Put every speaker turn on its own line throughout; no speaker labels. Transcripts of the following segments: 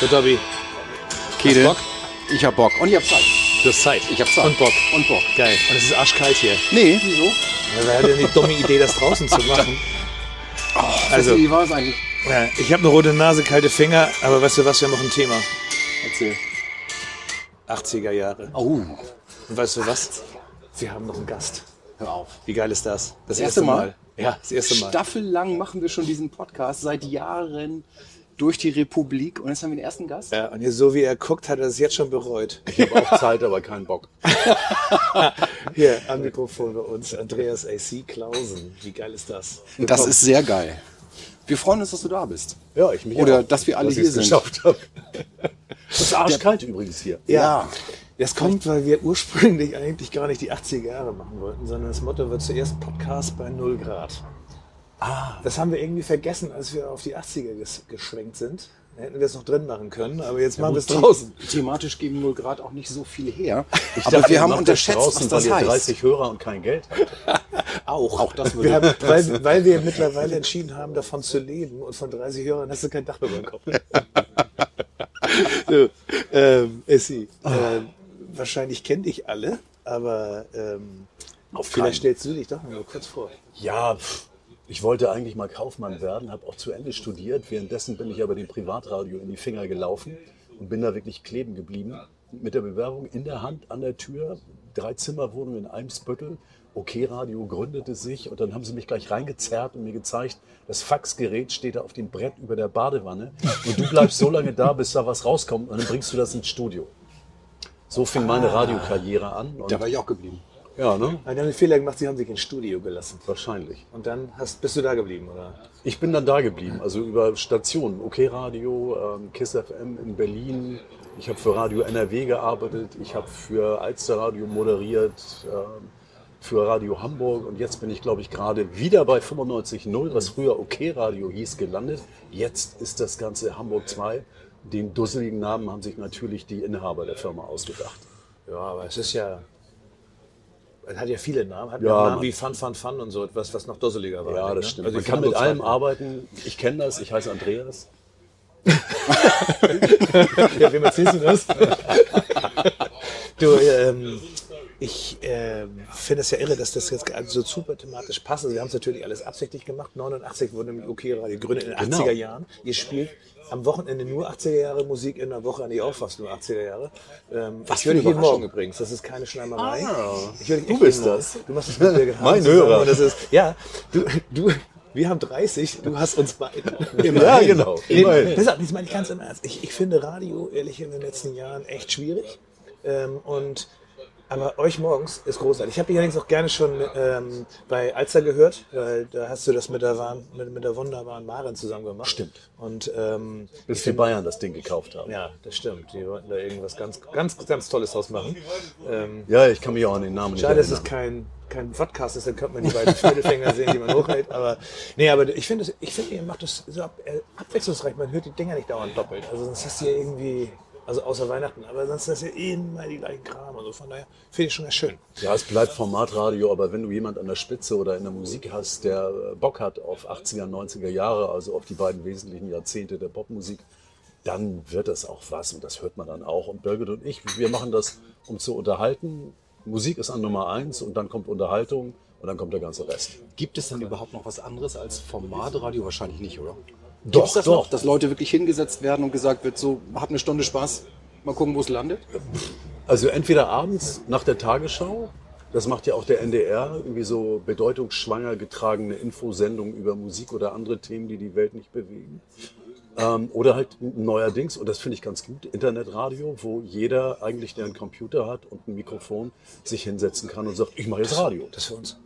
So, Tobi,
Kede,
Bock?
ich hab Bock und ich hab Zeit.
du hast Zeit.
Ich hab Zeit.
Und Bock.
Und Bock.
Geil. Und es ist arschkalt hier.
Nee, wieso?
Ja, Wer hatte denn die dumme Idee, das draußen zu machen? Also,
Also, wie war es eigentlich?
ja, ich habe eine rote Nase, kalte Finger, aber weißt du was, wir haben noch ein Thema.
Erzähl.
80er Jahre.
Oh,
Und weißt du was? Wir haben noch einen Gast.
hör auf.
Wie geil ist das? Das,
erste Mal?
Ja, das erste Mal.
Staffellang machen wir schon diesen Podcast seit Jahren durch die Republik und jetzt haben wir den ersten Gast.
Ja, und hier, so wie er guckt, hat er es jetzt schon bereut.
Ich habe auch Zeit, aber keinen Bock.
Hier am Mikrofon bei uns, Andreas AC Klausen. Wie geil ist das?
Das ist sehr geil. Wir freuen uns, dass du da bist.
Ja, ich mich
Oder
auch,
dass wir alle
ich's
hier sind.
geschafft habe. Es ist arschkalt übrigens hier.
Ja. Das kommt, weil wir ursprünglich eigentlich gar nicht die 80er Jahre machen wollten, sondern das Motto war zuerst Podcast bei 0 Grad. Ah. Das haben wir irgendwie vergessen, als wir auf die 80er ges geschwenkt sind. Dann hätten wir es noch drin machen können, aber jetzt machen wir es draußen.
Thematisch geben wohl gerade auch nicht so viel her.
Ich
aber
dachte,
wir
ihr
haben
macht
unterschätzt,
draußen,
was das
weil
heißt.
Ihr 30 Hörer und kein Geld. habt.
auch. Auch das
Wir
würde
haben, weil, weil wir mittlerweile entschieden haben, davon zu leben und von 30 Hörern hast du kein Dach über dem Kopf. so, ähm, Essi, ähm, wahrscheinlich kenne ich alle, aber ähm, vielleicht stellst du dich doch mal kurz vor.
Ja, pff, ich wollte eigentlich mal Kaufmann werden, habe auch zu Ende studiert. Währenddessen bin ich aber dem Privatradio in die Finger gelaufen und bin da wirklich kleben geblieben. Mit der Bewerbung in der Hand an der Tür, drei Zimmerwohnung in Eimsbüttel. OK Radio gründete sich und dann haben sie mich gleich reingezerrt und mir gezeigt, das Faxgerät steht da auf dem Brett über der Badewanne und du bleibst so lange da, bis da was rauskommt und dann bringst du das ins Studio. So fing meine Radiokarriere an. Und,
Ah. Da wäre ich auch geblieben.
ja, ne?
Und dann haben sie Fehler gemacht, sie haben sich ins Studio gelassen.
Wahrscheinlich.
Und dann hast, bist du da geblieben, oder?
Ich bin dann da geblieben, also über Stationen, OK Radio, ähm, KISS FM in Berlin. Ich habe für Radio NRW gearbeitet, ich habe für Alsterradio moderiert, ähm, für Radio Hamburg und jetzt bin ich, glaube ich, gerade wieder bei 95.0,
Mhm.
was früher OK Radio hieß, gelandet. Jetzt ist das Ganze Hamburg 2. Den dusseligen Namen haben sich natürlich die Inhaber der Firma ausgedacht.
Ja, aber es ist ja. Es hat ja viele Namen. Hat
Ja,
ja, Namen
Mann.
wie Fun, Fun, Fun und so etwas, was noch dusseliger war.
Ja,
eigentlich,
das
ne?
stimmt.
Also
Man
ich
kann
fand
mit
nur
allem
zwei.
arbeiten. Ich kenne das, ich heiße Andreas.
Ja, wem erzählst du das? du, ähm, ich äh, finde es ja irre, dass das jetzt so super thematisch passt. Also wir haben es natürlich alles absichtlich gemacht. 89 wurde nämlich OK Radio gegründet in den
Genau.
80er Jahren. Ihr spielt am Wochenende nur 80er Jahre Musik, in der Woche an die Auffasst nur 80er Jahre. Ähm, Was ich höre
für
dich jeden
eine
Morgen übrigens. Das ist keine Schleimerei. Ich höre dich echt
Du bist
jeden Morgen.
das.
Du machst es mit mir geheim
Mein
zusammen
Hörer.
und Das ist, ja, du, du, wir haben 30, du hast uns beide.
Ja, genau.
Nee,
Immerhin.
pass auf, das meine ich ganz im Ernst. Ich, ich finde Radio, ehrlich, in den letzten Jahren echt schwierig. Ähm, und, aber euch morgens ist großartig. Ich habe dich allerdings auch gerne schon ähm, bei Alster gehört, weil da hast du das mit der, Wahn- mit, mit der wunderbaren Maren zusammen gemacht.
Stimmt.
Und ähm,
Bis die Bayern das Ding gekauft haben.
ja, das stimmt. Die wollten da irgendwas ganz, ganz, ganz Tolles draus machen. Ähm,
Ja, ich kann mich auch an den Namen nicht
Schade, dass
erinnern.
es kein, kein Podcast ist, dann könnte man die beiden Mittelfinger sehen, die man hochhält. Aber nee, aber ich finde, es- ich finde, ihr macht das so ab, äh, abwechslungsreich. Man hört die Dinger nicht dauernd doppelt. Also sonst hast du ja irgendwie, also außer Weihnachten, aber sonst hast du ja immer die gleichen Kram. Also von daher finde ich schon sehr schön.
Ja, es bleibt Formatradio, aber wenn du jemand an der Spitze oder in der Musik hast, der äh, Bock hat auf 80er, 90er Jahre, also auf die beiden wesentlichen Jahrzehnte der Popmusik, dann wird das auch was und das hört man dann auch. Und Birgit und ich, wir machen das, um zu unterhalten. Musik ist an Nummer eins und dann kommt Unterhaltung und dann kommt der ganze Rest.
Gibt es dann überhaupt noch was anderes als Formatradio? Wahrscheinlich nicht, oder?
Doch,
Gibt's das
doch.
Noch, dass Leute wirklich hingesetzt werden und gesagt wird, so, habt eine Stunde Spaß, mal gucken, wo es landet.
Also entweder abends nach der Tagesschau, das macht ja auch der NDR, irgendwie so bedeutungsschwanger getragene Infosendungen über Musik oder andere Themen, die die Welt nicht bewegen. Ähm, oder halt neuerdings, und das finde ich ganz gut, Internetradio, wo jeder eigentlich, der einen Computer hat und ein Mikrofon, sich hinsetzen kann und sagt, ich mache jetzt Radio.
Das für uns.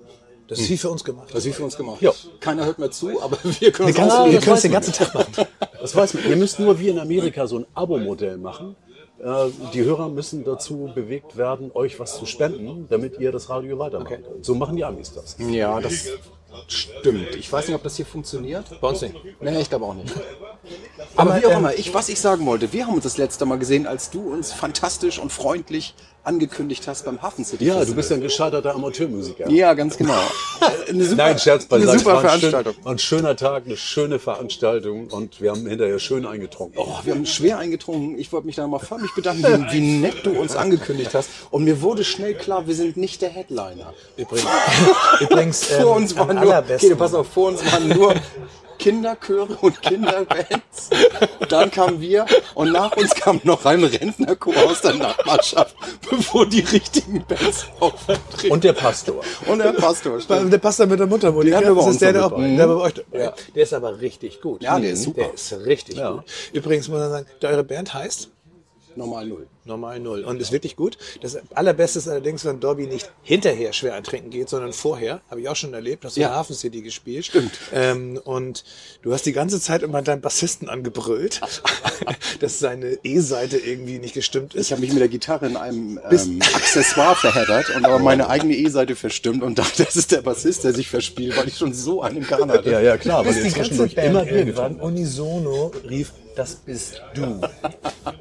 Das ist wie für uns gemacht.
Das Genau, ist wie für uns gemacht.
Ja.
Keiner hört mehr zu, aber wir können uns
Ganz-
Ah,
ausleben.
ihr
das
könnt es
weiß
den
man
ganzen Tag machen.
Das weiß man. Ihr müsst nur wie in Amerika so ein Abo-Modell machen. Äh, Die Hörer müssen dazu bewegt werden, euch was zu spenden, damit ihr das Radio weitermacht. So machen die Amis das.
Ja, das stimmt. Ich weiß nicht, ob das hier funktioniert.
Bei uns nicht.
Nee, ich glaube auch nicht. Aber wie auch
ähm,
immer, ich, was ich sagen wollte, wir haben uns das letzte Mal gesehen, als du uns fantastisch und freundlich angekündigt hast beim Hafen City.
Ja, du
Festival.
bist ja ein gescheiterter Amateurmusiker.
Ja, ganz genau. Eine super,
Nein, Scherz beiseite.
eine super
War ein schön-
Veranstaltung.
War ein schöner Tag, eine schöne Veranstaltung und wir haben hinterher schön eingetrunken.
Oh, wir haben schwer eingetrunken. Ich wollte mich da mal förmlich bedanken, wie, wie nett du uns angekündigt hast. Und mir wurde schnell klar, wir sind nicht der Headliner.
Übrigens, übrigens ähm,
vor uns
am
waren nur,
allerbesten-
okay, pass auf, vor uns waren nur Kinderchöre und Kinderbands. Dann kamen wir und nach uns kam noch ein Rentnerchor aus der Nachbarschaft, bevor die richtigen Bands auftreten.
Und der Pastor.
Und der Pastor.
Bei-
stimmt.
Der passt da mit der Mundharmonika.
Den hatten wir bei
Das
uns
ist der, der,
noch
auch,
mit bei.
der, war bei euch dabei. der ist aber richtig gut.
Ja, der ist super.
Der ist richtig
Ja.
gut. Übrigens muss man sagen, eure Band heißt
Normal null.
Normal Null und ist wirklich gut. Das Allerbeste ist allerdings, wenn Dobby nicht hinterher schwer antrinken geht, sondern vorher. Habe ich auch schon erlebt. Hast du
Ja.
in Hafen City gespielt. Stimmt. Ähm, und du hast die ganze Zeit immer deinen Bassisten angebrüllt, dass seine E-Seite irgendwie nicht gestimmt ist.
Ich habe mich mit der Gitarre in einem ähm, Accessoire verheddert und aber meine eigene E-Seite verstimmt und dachte, das ist der Bassist, der sich verspielt, weil ich schon so einen Garn hatte.
Ja, ja, klar, weil
Bis
der
die ganze
zwischendurch
Band
immer Bier
irgendwann
getrunken hat.
unisono rief, das bist du.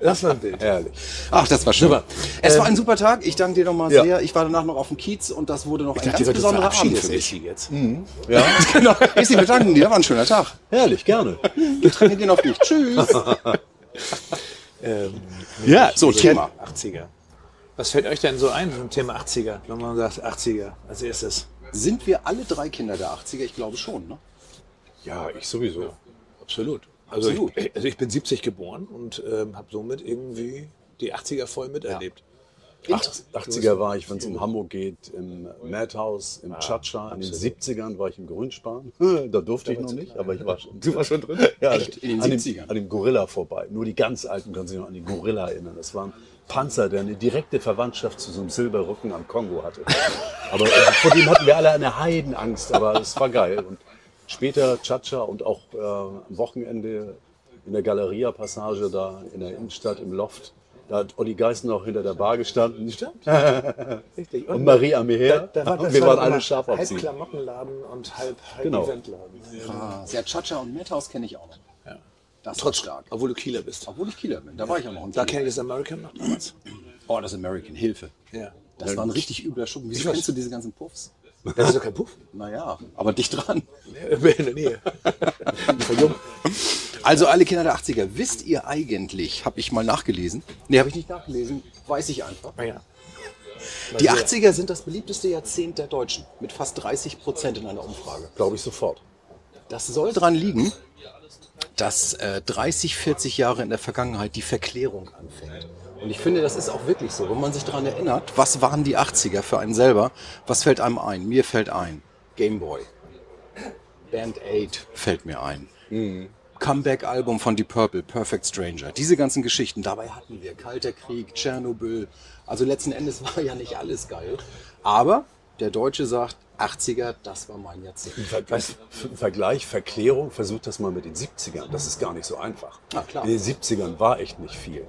Das war ein Bild.
Ehrlich.
Ach, das war schön. Es war ein super Tag. Ich danke dir nochmal
Ja.
sehr. Ich war danach noch auf dem Kiez und das wurde noch ein
dachte,
ganz
ihr wolltet
besonderer
verabschieden
Abend für mich.
jetzt.
Ja,
genau. Ich wir danken dir. War ein schöner Tag.
herrlich, gerne.
Wir trinken den auf dich. Tschüss.
Ähm,
Ja, so,
Also,
ich hätte-
Thema.
80er. Was fällt euch denn so ein zum Thema 80er, wenn man sagt 80er als erstes?
Sind wir alle drei Kinder der 80er? Ich glaube schon, ne?
Ja, ich sowieso.
Absolut. Also,
Absolut.
Ich, also ich bin 70 geboren und ähm, habe somit irgendwie die 80er voll miterlebt.
Acht- 80er war ich, wenn es um Hamburg geht, im Madhouse, im Cha-Cha. In den 70ern war ich im Grünspan. Da durfte ich noch nicht, aber ich war schon. Du warst schon drin? Ja,
Echt? In den
an, dem,
70ern?
an dem Gorilla vorbei. Nur die ganz Alten können sich noch an den Gorilla erinnern. Das war ein Panzer, der eine direkte Verwandtschaft zu so einem Silberrücken am Kongo hatte. Aber äh, vor dem hatten wir alle eine Heidenangst, aber es war geil. Und später Cha-Cha und auch äh, am Wochenende in der Galeria-Passage da in der Innenstadt im Loft. Da hat Olli Geißen auch hinter der Bar gestanden.
Richtig.
Und Marie am Heer. wir waren alle scharf
halt
auf
Halb
sie.
Klamottenladen und halb, halb
Genau.
Eventladen.
Ja, Ah, Chacha und Madhouse kenne ich auch. Ja. Das ist stark.
Obwohl du Kieler bist.
Obwohl ich Kieler bin. Da war ich auch noch. im
Da
Kiel.
kenne ich das American noch damals.
Oh, das American. Hilfe.
Ja.
Das war ein richtig übler Schuppen. Wieso
weiß-
kennst du diese ganzen Puffs?
Das ist doch kein Puff.
Naja, aber dich dran.
Ich bin in der Nähe.
Also alle Kinder der 80er, wisst ihr eigentlich, habe ich mal nachgelesen. Nee, habe ich nicht nachgelesen, weiß ich einfach.
Ah ja.
Die 80er sind das beliebteste Jahrzehnt der Deutschen, mit fast 30 Prozent in einer Umfrage.
Glaube ich sofort.
Das soll dran liegen, dass äh, 30, 40 Jahre in der Vergangenheit die Verklärung anfängt. Und ich finde, das ist auch wirklich so. Wenn man sich daran erinnert, was waren die 80er für einen selber, was fällt einem ein? Mir fällt ein Gameboy, Band Aid fällt mir ein. Comeback-Album von The Purple, Perfect Stranger. Diese ganzen Geschichten, dabei hatten wir Kalter Krieg, Tschernobyl. Also letzten Endes war ja nicht alles geil. Aber der Deutsche sagt, 80er, das war mein Jahrzehnt.
Weißt, du, Im Vergleich, Verklärung, versucht das mal mit den 70ern. Das ist gar nicht so einfach.
Na Ah, klar.
In den 70ern war echt nicht viel.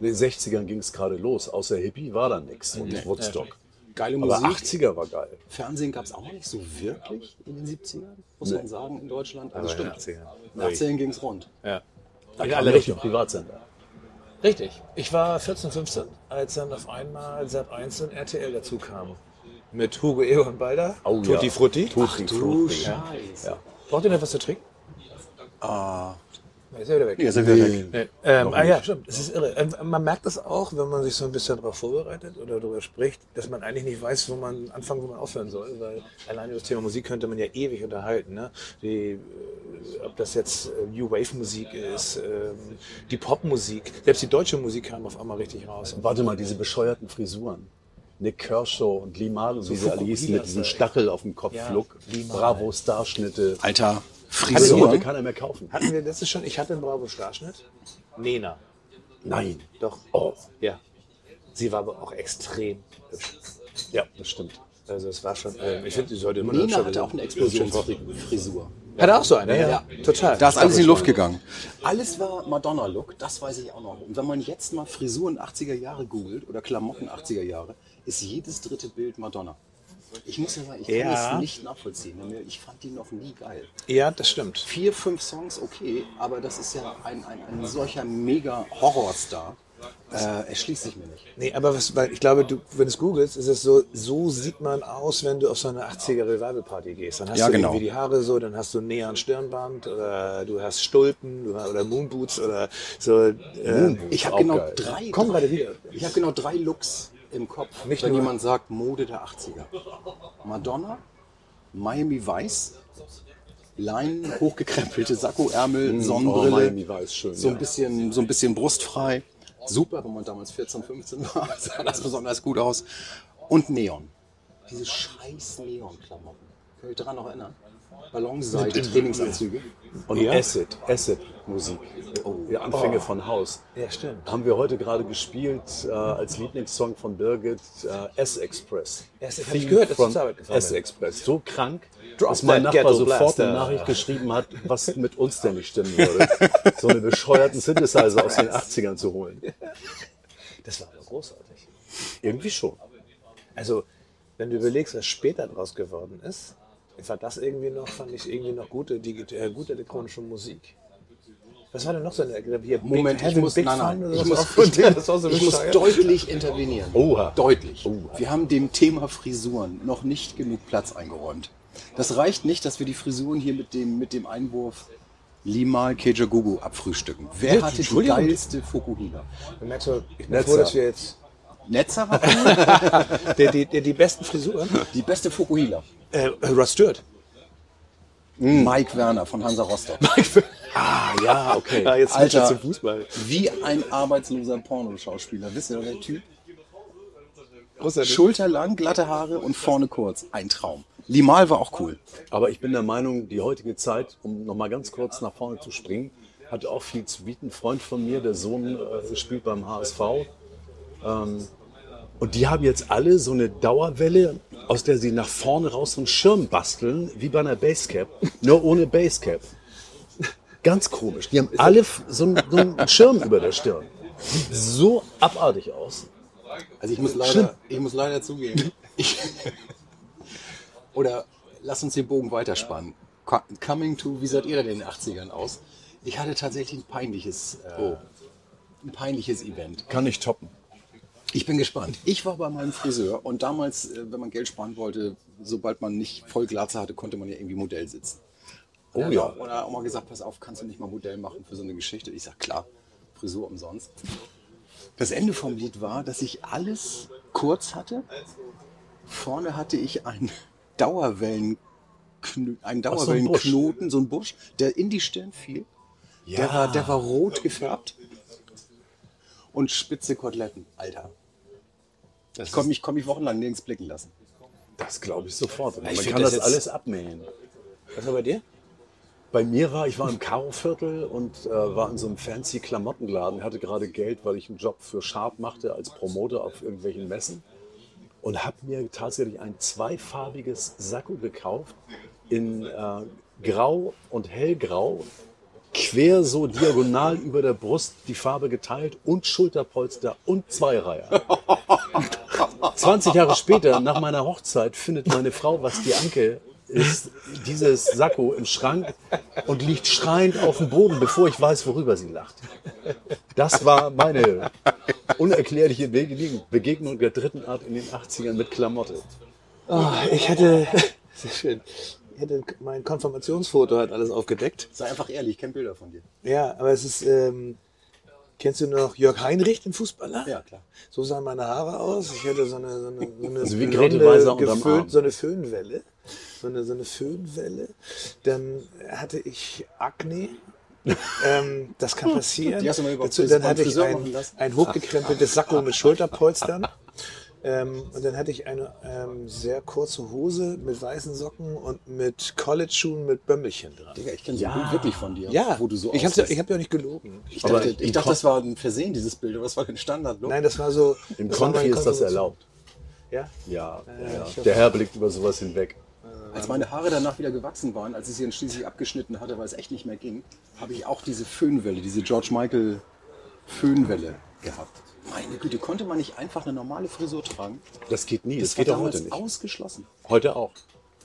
In den 60ern ging es gerade los. Außer Hippie war da nichts und Woodstock.
Geile
Aber
Äh. Musik.
80er war geil.
Fernsehen gab es auch nicht so wirklich in den 70ern, muss man sagen, in Deutschland. Also
Aber in
stimmt.
den 80ern.
In den 80ern ging es rund.
Ja.
Da
In
kamen
alle
echte
Richtungen.
Privatsender.
Richtig. Ich war 14, 15, als dann auf einmal Sat 1 und RTL dazu kamen. Mit Hugo Egon Balder,
Oh ja.
Tutti Frutti.
Tutti
Du
Frutti. ja.
Scheiße.
Ja.
Braucht ihr noch was zu trinken?
Ah,
Nee, ist ja wieder weg.
nee, sind wir weg.
Nee. Ähm, ah ja, stimmt. Es ist irre. Ähm, Man merkt das auch, wenn man sich so ein bisschen darauf vorbereitet oder darüber spricht, dass man eigentlich nicht weiß, wo man anfangen, wo man aufhören soll, weil allein über das Thema Musik könnte man ja ewig unterhalten. Ne? Die, äh, ob das jetzt äh, New Wave Musik ist, ähm, die Popmusik, selbst die deutsche Musik kam auf einmal richtig raus.
Warte mal, diese bescheuerten Frisuren. Nick Kershaw und Lee Marlin, wie sie alle hießen, mit
Fukuhilas,
diesem
ey.
Stachel auf dem Kopf,
Ja,
Look,
Lee Marlin.
Bravo-Starschnitte.
Alter,
Kann sie heute
Frisur.
keiner mehr kaufen.
Hatten wir letztes schon, ich hatte einen Bravo Starschnitt. Nena,
Nein.
doch.
Oh,
Ja. Sie war aber auch extrem hübsch.
ja, das stimmt.
Also es war schon, äh, ich finde, sie sollte immer noch
Nena
hübscher
hatte
werden.
auch eine Explosionsfrisur.
Hat er auch so eine? Ja, total.
Da ist alles in die Luft gegangen. Alles war Madonna-Look, das weiß ich auch noch. Und wenn man jetzt mal Frisuren 80er Jahre googelt oder Klamotten 80er Jahre, ist jedes dritte Bild Madonna. Ich muss ja sagen, ich kann
Ja.
das nicht nachvollziehen. Ich fand die noch nie geil.
Ja, das stimmt.
Vier, fünf Songs, okay, aber das ist ja ein, ein, ein solcher mega Horrorstar. Äh, erschließt sich mir nicht.
Nee, aber was, weil ich glaube, du, wenn du es googelst, ist es so, so sieht man aus, wenn du auf so eine 80er Revival-Party gehst. Dann hast
Ja,
du
genau.
irgendwie die Haare so, dann hast du Neon Stirnband oder du hast Stulpen oder, oder Moonboots oder so. Äh,
Ich habe
Auch
genau
geil.
drei.
Komm gerade wieder.
Ich habe genau drei Looks im Kopf,
Nicht
wenn
nur-
jemand sagt Mode der 80er. Madonna, Miami Weiß, Leinen, hochgekrempelte Sakkoärmel,
Oh,
Sonnenbrille,
Miami Weiß, schön.
so, ein
ja.
bisschen, so ein bisschen brustfrei. Super, wenn man damals 14, 15 war, sah das besonders gut aus. Und Neon. Diese scheiß Neon-Klamotten. Könnt ihr daran noch erinnern? Ballonseite, Trainingsanzüge.
Und
Oh Ja. Oh.
Acid, Acid-Musik. Die Anfänge von House.
Ja, stimmt.
Haben wir heute gerade gespielt äh, als Lieblingssong von Birgit äh, S-Express.
S- hab ich gehört, dass du
From
zur Arbeit gefahren bist.
S-Express. So krank,
Drop
dass mein
that
Nachbar
ghetto
sofort
blaster.
eine Nachricht geschrieben hat, was mit uns denn nicht stimmen würde. So einen bescheuerten Synthesizer aus den 80ern zu holen.
Das war aber großartig.
Irgendwie schon.
Also, wenn du überlegst, was später draus geworden ist, war das irgendwie noch, fand ich irgendwie noch gute, digit- äh, gute elektronische Musik. Was war denn noch so eine äh, hier,
Moment,
Big
ich
Heaven,
muss,
Big
nein,
Fun
nein,
oder
ich
sowas
muss,
auch von
ich,
dir? Das war so
ich muss
bescheuert.
deutlich intervenieren.
Oha.
Deutlich. Wir haben dem Thema Frisuren noch nicht genug Platz eingeräumt. Das reicht nicht, dass wir die Frisuren hier mit dem, mit dem Einwurf Limal Kejagugu abfrühstücken. Wer
Ja,
hatte die
Entschuldigung.
geilste Fukuhila?
Du merkst so, ich bin
Netzer.
froh, dass wir jetzt
Netzer war cool.
die, die, die, die besten Frisuren.
die beste Fukuhila.
Äh, Rod Stewart. Mm.
Mike Werner von Hansa Rostock.
Ah, ja, okay.
Ja, jetzt switcht
Alter,
er zum Fußball.
Wie ein arbeitsloser Pornoschauspieler. Wisst ihr, der Typ
Großartig.
schulterlang, glatte Haare und vorne kurz. Ein Traum. Limal war auch cool.
Aber ich bin der Meinung, die heutige Zeit, um nochmal ganz kurz nach vorne zu springen, hat auch viel zu bieten. Ein Freund von mir, der Sohn äh, spielt beim HSV. Ähm, und die haben jetzt alle so eine Dauerwelle, aus der sie nach vorne raus so einen Schirm basteln, wie bei einer Basecap, nur ohne Basecap. Ganz komisch. Die haben alle f- so einen, so einen Schirm über der Stirn. Sieht so abartig aus.
Also ich muss leider, ich muss leider zugeben. Ich, oder lass uns den Bogen weiterspannen. Co- Coming to, wie seid ihr denn in den 80ern aus? Ich hatte tatsächlich ein peinliches, äh, ein peinliches Event.
Kann ich toppen.
Ich bin gespannt. Ich war bei meinem Friseur und damals, äh, wenn man Geld sparen wollte, sobald man nicht voll Glatze hatte, konnte man ja irgendwie Modell sitzen.
Oh
Und
ja.
Oder hat auch mal gesagt, pass auf, kannst du nicht mal Modell machen für so eine Geschichte? Ich sag, klar, Frisur umsonst. Das Ende vom Lied war, dass ich alles kurz hatte. Vorne hatte ich einen Dauerwellen einen
so, einen Busch.
Dauerwellenknoten, so einen Busch, der in die Stirn fiel. Der, war, der war rot gefärbt und spitze Koteletten. Alter,
Das,
ich konnte mich, konnt mich wochenlang nirgends blicken lassen.
das glaube ich sofort. Man
find
kann
das
das,
jetzt-
alles abmähen.
Was war bei dir?
Bei mir war, ich war im Karo-Viertel und äh, war in so einem fancy Klamottenladen, hatte gerade Geld, weil ich einen Job für Sharp machte als Promoter auf irgendwelchen Messen und habe mir tatsächlich ein zweifarbiges Sakko gekauft in äh, grau und hellgrau, quer so diagonal über der Brust die Farbe geteilt und Schulterpolster und Zweireiher. 20 Jahre später, nach meiner Hochzeit, findet meine Frau, was die Anke ist, dieses Sakko im Schrank und liegt schreiend auf dem Boden, bevor ich weiß, worüber sie lacht. Das war meine unerklärliche Be- Begegnung der dritten Art in den 80ern mit Klamotte.
Ah, ich hätte, sehr schön, ich hätte mein Konfirmationsfoto hat alles aufgedeckt.
Sei einfach ehrlich, ich kenn Bilder von dir.
Ja, aber es ist, ähm, kennst du noch Jörg Heinrich, den Fußballer?
Ja, klar.
So sahen meine Haare aus. Ich hatte so eine, so eine, so eine,
Also wie
blonde,
Grete Weiser unterm
geföhnt-
Arm.
so eine Föhnwelle. So eine, so eine Föhnwelle. Dann hatte ich Akne. ähm, das kann passieren.
Die hast du mal über-
Dazu, dann
beim
hatte ich
Friseur machen
ein,
lassen.
ein hochgekrempeltes Sakko mit Schulterpolstern. Ähm, und dann hatte ich eine ähm, sehr kurze Hose mit weißen Socken und mit College-Schuhen mit Bömmelchen dran.
Digga, ich kenne so Bild wirklich von dir,
Ja,
wo du so
ich habe ja,
aussiehst.
ich hab ja nicht gelogen.
Ich
Aber
dachte,
im
ich dachte das war ein Versehen, dieses Bild, aber das war ne? ein Standardlook.
Nein, das war so.
Im
das war
Konfi
mein
ist das
Konfirmation-
erlaubt.
Ja?
Ja,
ja,
ja,
ich
ja.
hab-
der Herr blickt über sowas hinweg.
Als meine Haare danach wieder gewachsen waren, als ich sie dann schließlich abgeschnitten hatte, weil es echt nicht mehr ging, habe ich auch diese Föhnwelle, diese George Michael Föhnwelle
gehabt.
Meine Güte, konnte man nicht einfach eine normale Frisur tragen?
Das geht nie. Das,
war
geht auch
damals
heute nicht.
ausgeschlossen.
Heute auch.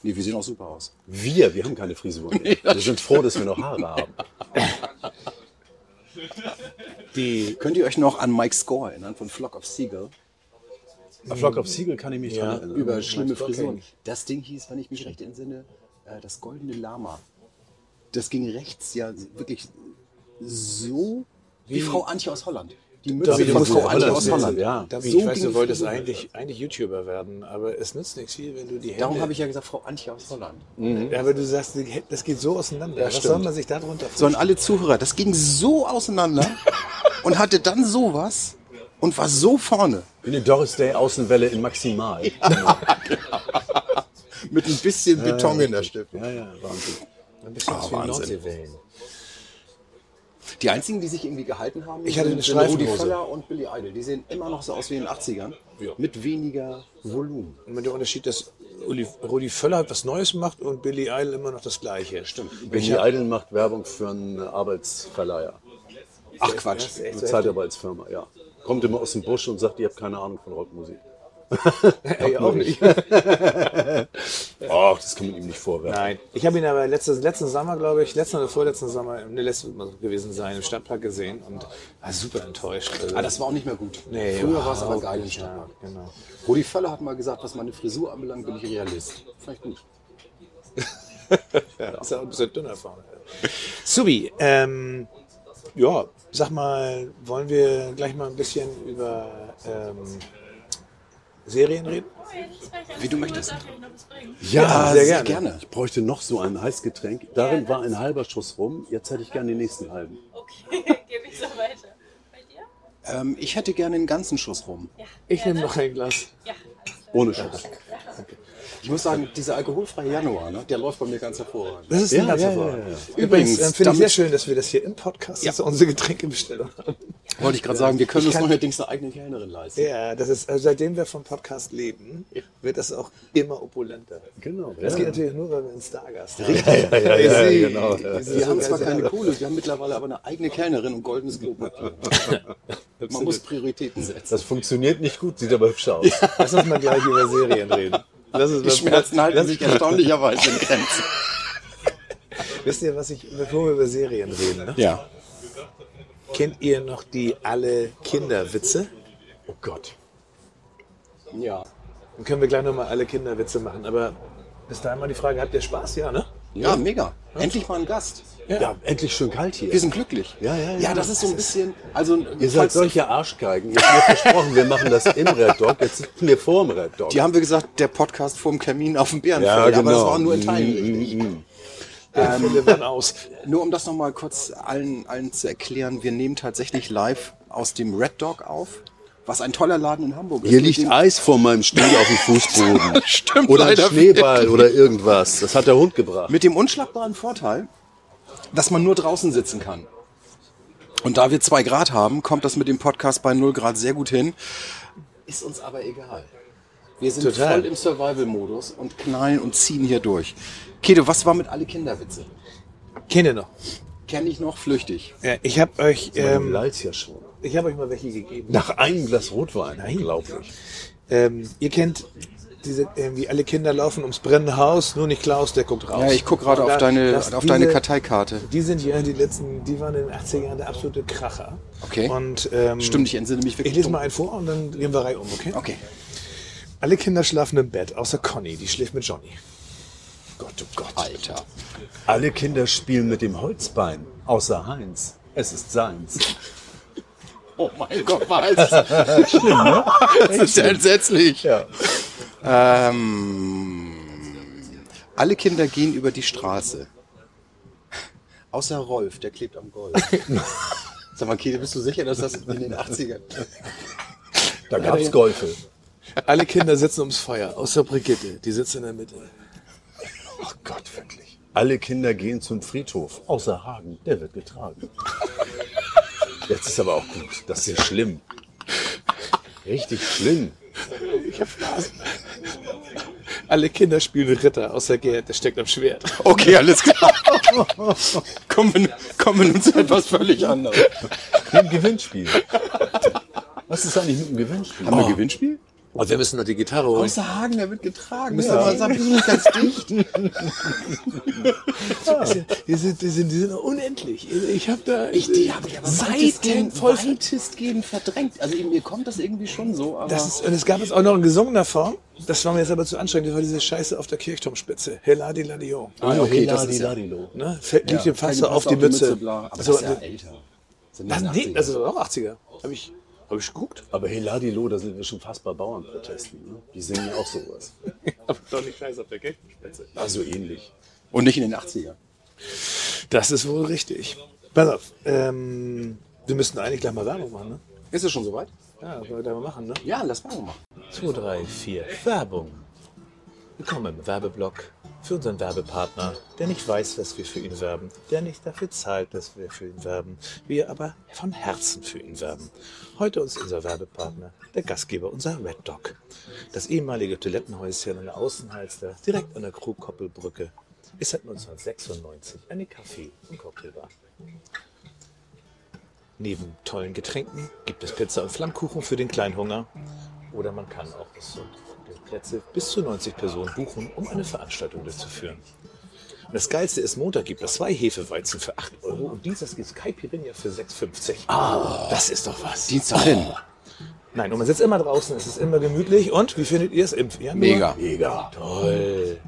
Nee, wir sehen auch super aus.
Wir, wir haben keine Frisur. Mehr. Wir sind froh, dass wir noch Haare haben.
Die
Könnt ihr euch noch an Mike Score erinnern von Flock of Seagull?
A Flock of Siegel kann ich mich dran erinnern.
Über schlimme
Mike Score kenn
Frisuren. Das Ding hieß, wenn ich mich recht entsinne, äh, das goldene Lama. Das ging rechts ja wirklich so wie, Frau Antje aus Holland. Die Mütze
David
von
Mose,
Frau Antje
Holland,
aus
ja.
Holland.
Ja.
Dabi,
So
ich weiß,
ging
du
die
wolltest
Frisur.
eigentlich, eigentlich YouTuber werden, aber es nützt nichts viel, wenn du die Hände...
Darum habe ich ja gesagt, Frau Antje aus Holland.
Ja, aber du sagst, die Hände- das geht so auseinander. Was
stimmt.
soll man sich da drunter
So an alle Zuhörer, das ging so auseinander und hatte dann sowas und war so vorne.
Wie eine Doris Day Außenwelle in Maximal.
Mit ein bisschen Beton in der Stimme.
Ja, ja, Wahnsinn.
Ein bisschen
Ah,
was wie
Wahnsinn.
Nordseewellen.
Die einzigen, die sich irgendwie gehalten haben,
Ich hatte
sind-
eine
sind Rudi
Streifenhose.
Völler und Billy Idol. Die sehen immer noch so aus wie in den 80ern.
Ja.
Mit weniger Volumen.
Und mit dem Unterschied, dass Uli, Rudi Völler etwas Neues macht und Billy Idol immer noch das Gleiche. Stimmt.
Benny Idol macht Werbung für einen Arbeitsverleiher.
Ach Quatsch.
Eine Zeitarbeitsfirma, ja. Kommt immer aus dem Busch und sagt, ihr habt keine Ahnung von Rockmusik.
Ey, auch nicht.
Ach, das kann man ihm nicht vorwerfen.
Nein. Ich habe ihn aber letztes, letzten Sommer, glaube ich, letzten oder vorletzten Sommer, ne, letztes muss es gewesen sein, im Stadtpark gesehen und war super enttäuscht. Also,
Ah, das war auch nicht mehr gut.
nee,
Früher war es aber
überhaupt
geil im
nicht,
Stadtpark.
Ja, genau.
Rudi Völler hat mal gesagt, was meine Frisur anbelangt, bin ich Realist. Vielleicht gut.
Ja, Ist auch ein bisschen dünner vorne. Subi, ähm, ja, sag mal, wollen wir gleich mal ein bisschen über ähm, Serien reden?
Wie du möchtest. Ah,
Ja, Ah, sehr gerne.
Ich bräuchte noch so ein Heißgetränk. Darin war ein halber Schuss rum. Jetzt hätte ich gerne den nächsten halben.
Okay, gebe ich so weiter. Bei dir?
Ähm, ich hätte gerne einen ganzen Schuss rum.
Ja.
Ich nehme noch ein Glas.
Ja, alles klar.
Ohne Schuss.
Ich muss sagen, dieser alkoholfreie Januar, ne, der läuft bei mir ganz hervorragend.
Das ist
Ja,
ein ganz
ja,
hervorragend.
ja, ja.
Übrigens,
Übrigens,
ähm, finde ich
damit-
sehr schön, dass wir das hier im Podcast
Ja.
als unsere Getränkebestellung haben.
Wollte ich gerade sagen, wir können
Ich
uns
kann-
neuerdings eine eigene Kellnerin leisten.
Ja, das ist, also seitdem wir vom Podcast leben, wird das auch immer opulenter.
Genau.
Das
ja.
geht natürlich nur, weil wir einen Stargast haben.
Ja, ja, ja,
Sie-
genau. ja.
Wir haben zwar keine Kohle, wir haben mittlerweile aber eine eigene Kellnerin und goldenes Klopapier. Man muss Prioritäten setzen.
Das funktioniert nicht gut, sieht aber hübsch aus.
Lass uns mal gleich über Serien reden. Lass uns
Die
mal-
Schmerzen halten
lass-
sich erstaunlicherweise in Grenzen.
Wisst ihr, was ich, bevor wir über Serien reden, ne?
Ja.
kennt ihr noch die alle Kinderwitze?
Oh Gott.
Ja.
Dann können wir gleich nochmal alle Kinderwitze machen. Aber bis dahin mal die Frage, habt ihr Spaß? Ja, ne?
Ja, mega. Endlich mal ein Gast.
Ja, endlich schön kalt hier.
Wir sind glücklich.
Ja, ja, ja.
Ja, das ist so ein bisschen. Also,
Ihr seid
falls-
solche Arschgeigen. Ihr habt mir versprochen, wir machen das im Red Dog. Jetzt sitzen wir vor dem Red Dog.
die haben wir gesagt, der Podcast vorm Kamin auf dem Bärenfell. Aber
genau.
das war nur in Teilen
Mm,
richtig.
Dann ähm. wir waren aus.
Nur um das nochmal kurz allen, allen zu erklären, wir nehmen tatsächlich live aus dem Red Dog auf, was ein toller Laden in Hamburg ist.
Hier
mit
liegt
dem-
Eis vor meinem Stuhl auf dem Fußboden.
Stimmt
oder ein
leider
Schneeball oder irgendwas. Das hat der Hund gebracht.
Mit dem unschlagbaren Vorteil, dass man nur draußen sitzen kann. Und da wir zwei Grad haben, kommt das mit dem Podcast bei null Grad sehr gut hin. Ist uns aber egal. Wir sind
Total.
voll im Survival-Modus und knallen und ziehen hier durch. Kede, was war mit alle Kinderwitze?
Kennt ihr noch?
Kenn ich noch flüchtig.
Ja, ich habe euch,
Ähm,
ähm,
Lallt ja schon.
ich habe euch mal welche gegeben.
Nach einem Glas Rotwein. Unglaublich.
Ähm, ihr kennt diese, irgendwie alle Kinder laufen ums brennende Haus, nur nicht Klaus, der guckt raus.
Ja, ich guck gerade
Und
auf
da-
deine-
das-
auf deine Karteikarte.
Die sind ja die letzten, die waren in den 80er Jahren der absolute Kracher.
Okay.
Und, ähm,
Stimmt, ich entsinne mich wirklich.
Ich lese
dumm.
mal einen vor und dann gehen wir rein um, okay?
Okay.
Alle Kinder schlafen im Bett, außer Conny, die schläft mit Johnny. Gott, oh Gott.
Alter.
Alle Kinder spielen mit dem Holzbein. Außer Heinz. Es ist seins.
Oh mein Gott, was? das ist ne? ja entsetzlich. Ähm, alle Kinder gehen über die Straße. Außer Rolf, der klebt am Golf. Sag mal, Kede, bist du sicher, dass das in den 80ern...
Da gab's Golfe.
Alle Kinder sitzen ums Feuer, außer Brigitte, die sitzt in der Mitte.
Oh Gott, wirklich. Alle Kinder gehen zum Friedhof. Außer Hagen. Der wird getragen. Jetzt ist aber auch gut. Das ist ja schlimm. Richtig schlimm.
Alle Kinder spielen Ritter, außer Gerd, der steckt am Schwert.
Okay, alles klar. kommen, wir, kommen wir nun zu etwas völlig anderem.
Im Gewinnspiel. Was ist eigentlich mit dem Gewinnspiel?
Haben wir ein Gewinnspiel?
Und Oh, wir müssen noch die Gitarre holen.
Außer Hagen, Oh. der wird getragen. Müssen
Ja.
wir mal sagen, die sind nicht ganz dicht.
Die sind, die sind, die sind unendlich. Ich habe da.
Ich, die habe ich aber
Seiten
weitestgehend,
Äh, voll.
weitestgehend verdrängt. Also eben, mir kommt das irgendwie schon so, aber...
Das ist, und es gab es auch noch in gesungener Form. Das war mir jetzt aber zu anstrengend. Das war diese Scheiße auf der Kirchturmspitze. Heladi Ladion.
ah, okay, das ist ja...
Ladilo.
Ne? Fällt, liegt dem Fass
Fällt
auf die Mütze.
bla. aber
so,
das ist ja
das,
älter. Sind
das,
in den
nee, also
80ern.
das ist doch auch 80er. Habe ich, hab ich geguckt?
Aber hey, Ladilo, da sind wir schon fast bei Bauernprotesten. Ne? Die singen ja auch sowas.
Aber doch nicht Scheiße auf der Kirchturmspitze.
Also ähnlich.
Und nicht in den 80ern.
Das ist wohl richtig. Pass auf. Ähm, wir müssten eigentlich gleich mal Werbung machen, ne?
Ist es schon soweit?
Ja, das wollen wir gleich mal machen, ne?
Ja, lass mal machen.
2, 3, 4, Werbung. Willkommen im Werbeblock für unseren Werbepartner, der nicht weiß, dass wir für ihn werben, der nicht dafür zahlt, dass wir für ihn werben, wir aber von Herzen für ihn werben. Heute ist unser Werbepartner, der Gastgeber, unser Red Dog. Das ehemalige Toilettenhäuschen an der Außenhalster, direkt an der Krugkoppelbrücke, ist seit 1996 eine Kaffee- und Cocktailbar. Neben tollen Getränken gibt es Pizza und Flammkuchen für den Kleinhunger. Oder man kann auch bis zu Plätze bis zu 90 Personen buchen, um eine Veranstaltung durchzuführen. Und das Geilste ist, Montag gibt es zwei Hefeweizen für 8 Euro und Dienstags gibt es Kai Pirinha für 6,50. Ah, das ist doch was.
Dienstag hin.
Nein, und man sitzt immer draußen, es ist immer gemütlich. Und wie findet ihr es im Januar?
Mega.
Mega.
Toll.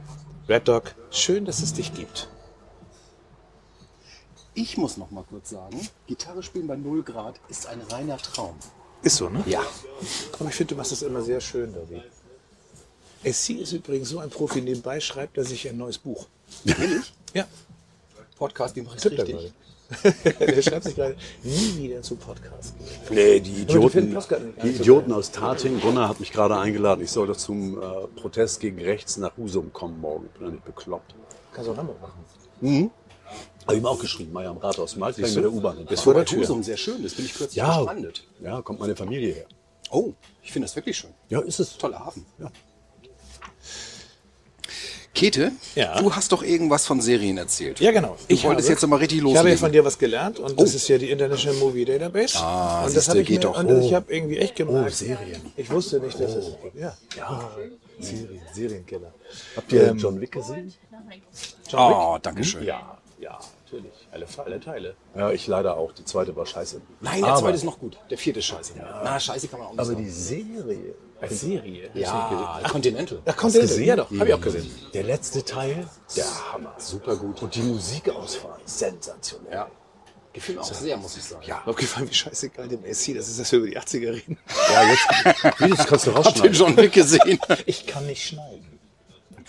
Red Dog, schön, dass es dich gibt.
Ich muss noch mal kurz sagen, Gitarre spielen bei 0 Grad ist ein reiner Traum.
Ist so, ne?
Ja.
Aber ich finde, du machst das immer sehr schön, David. SC ist übrigens so ein Profi, nebenbei schreibt er sich ein neues Buch. Will ich? Ja.
Podcast, die mache ich
Tippt er
richtig.
gerade. der schreibt sich gerade nie wieder zu Podcast.
Nee, die
du findest
Idioten,
Ploska nicht
die
ganz so
Idioten aus Tating. Gunnar hat mich gerade eingeladen. Ich soll doch zum äh, Protest gegen rechts nach Husum kommen morgen. Ich bin doch nicht bekloppt.
Kannst du auch Hamburg machen.
Habe ich ihm auch geschrieben, Meier am Rathausmarkt. Ich
Siehst
bin
du?
mit der U-Bahn
Bis
entfahren.
vor der
Wobei
Tür.
Husum sehr schön ist, bin ich kürzlich
Ja.
gestrandet.
Ja, kommt meine Familie her.
Oh, ich finde das wirklich schön.
Ja, ist es.
Toller Hafen.
Ja.
Kete,
Ja.
du hast doch irgendwas von Serien erzählt.
Ja, genau.
Du wolltest jetzt noch mal richtig
Ich habe ja
loslegen. Oh.
von dir was gelernt und das ist ja die International Movie Database. Ah, und das
siehste,
habe ich
geht
mir,
doch.
Und ich habe irgendwie echt gemerkt.
Oh, Serien.
Ich wusste nicht, dass es.
Oh.
Ja,
Ja.
Serien, Serienkiller.
Habt ihr John Wick gesehen?
John Wick?
Oh,
Ah,
danke schön.
Ja, ja, natürlich. Alle, alle Teile.
Ja, ich leider auch. Die zweite war scheiße.
Nein, der
Aber-
zweite ist noch gut. Der vierte ist scheiße. Na, scheiße kann man auch nicht
Aber
sagen.
die Serie.
Als Serie?
ja, Continental.
Da kommt der
gesehen?
Ja, doch, habe ich auch gesehen.
Der letzte Teil, der Hammer. Super gut. Und die Musikauswahl, sensationell.
Ja. Gefiel mir auch sehr, muss ich sagen.
Ich habe gefallen, wie scheißegal dem SC, das ist, dass wir über die 80er reden.
Ja, jetzt, wie, das kannst du
Habt ihr
rausschneiden.
John Wick gesehen?
Ich kann nicht schneiden.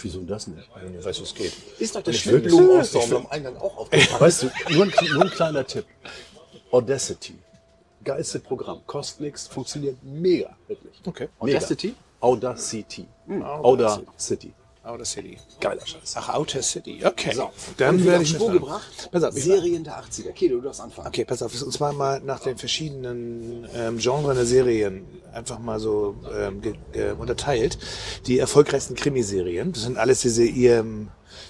Wieso das nicht?
Ich weiß, es geht.
Ist doch der
Ich will-
Schwindel
ich
aus
will-
am Eingang auch aufgepackt.
Weißt du, nur ein, nur ein kleiner Tipp. Audacity. Geilste Programm. Kostet nichts, funktioniert mega, wirklich.
Okay.
Mega.
Audacity?
Audacity.
Audacity.
Audacity.
Outer City.
Geiler Scheiß.
Ach, Outer City. Okay.
So,
dann werde ich
Spur
mitmachen.
gebracht.
Pass auf, ich
Serien der 80er. Okay, du darfst anfangen.
Okay, pass auf, und zwar mal nach den verschiedenen ähm, Genres der Serien einfach mal so ähm, ge- ge- unterteilt. Die erfolgreichsten Krimiserien, das sind alles diese E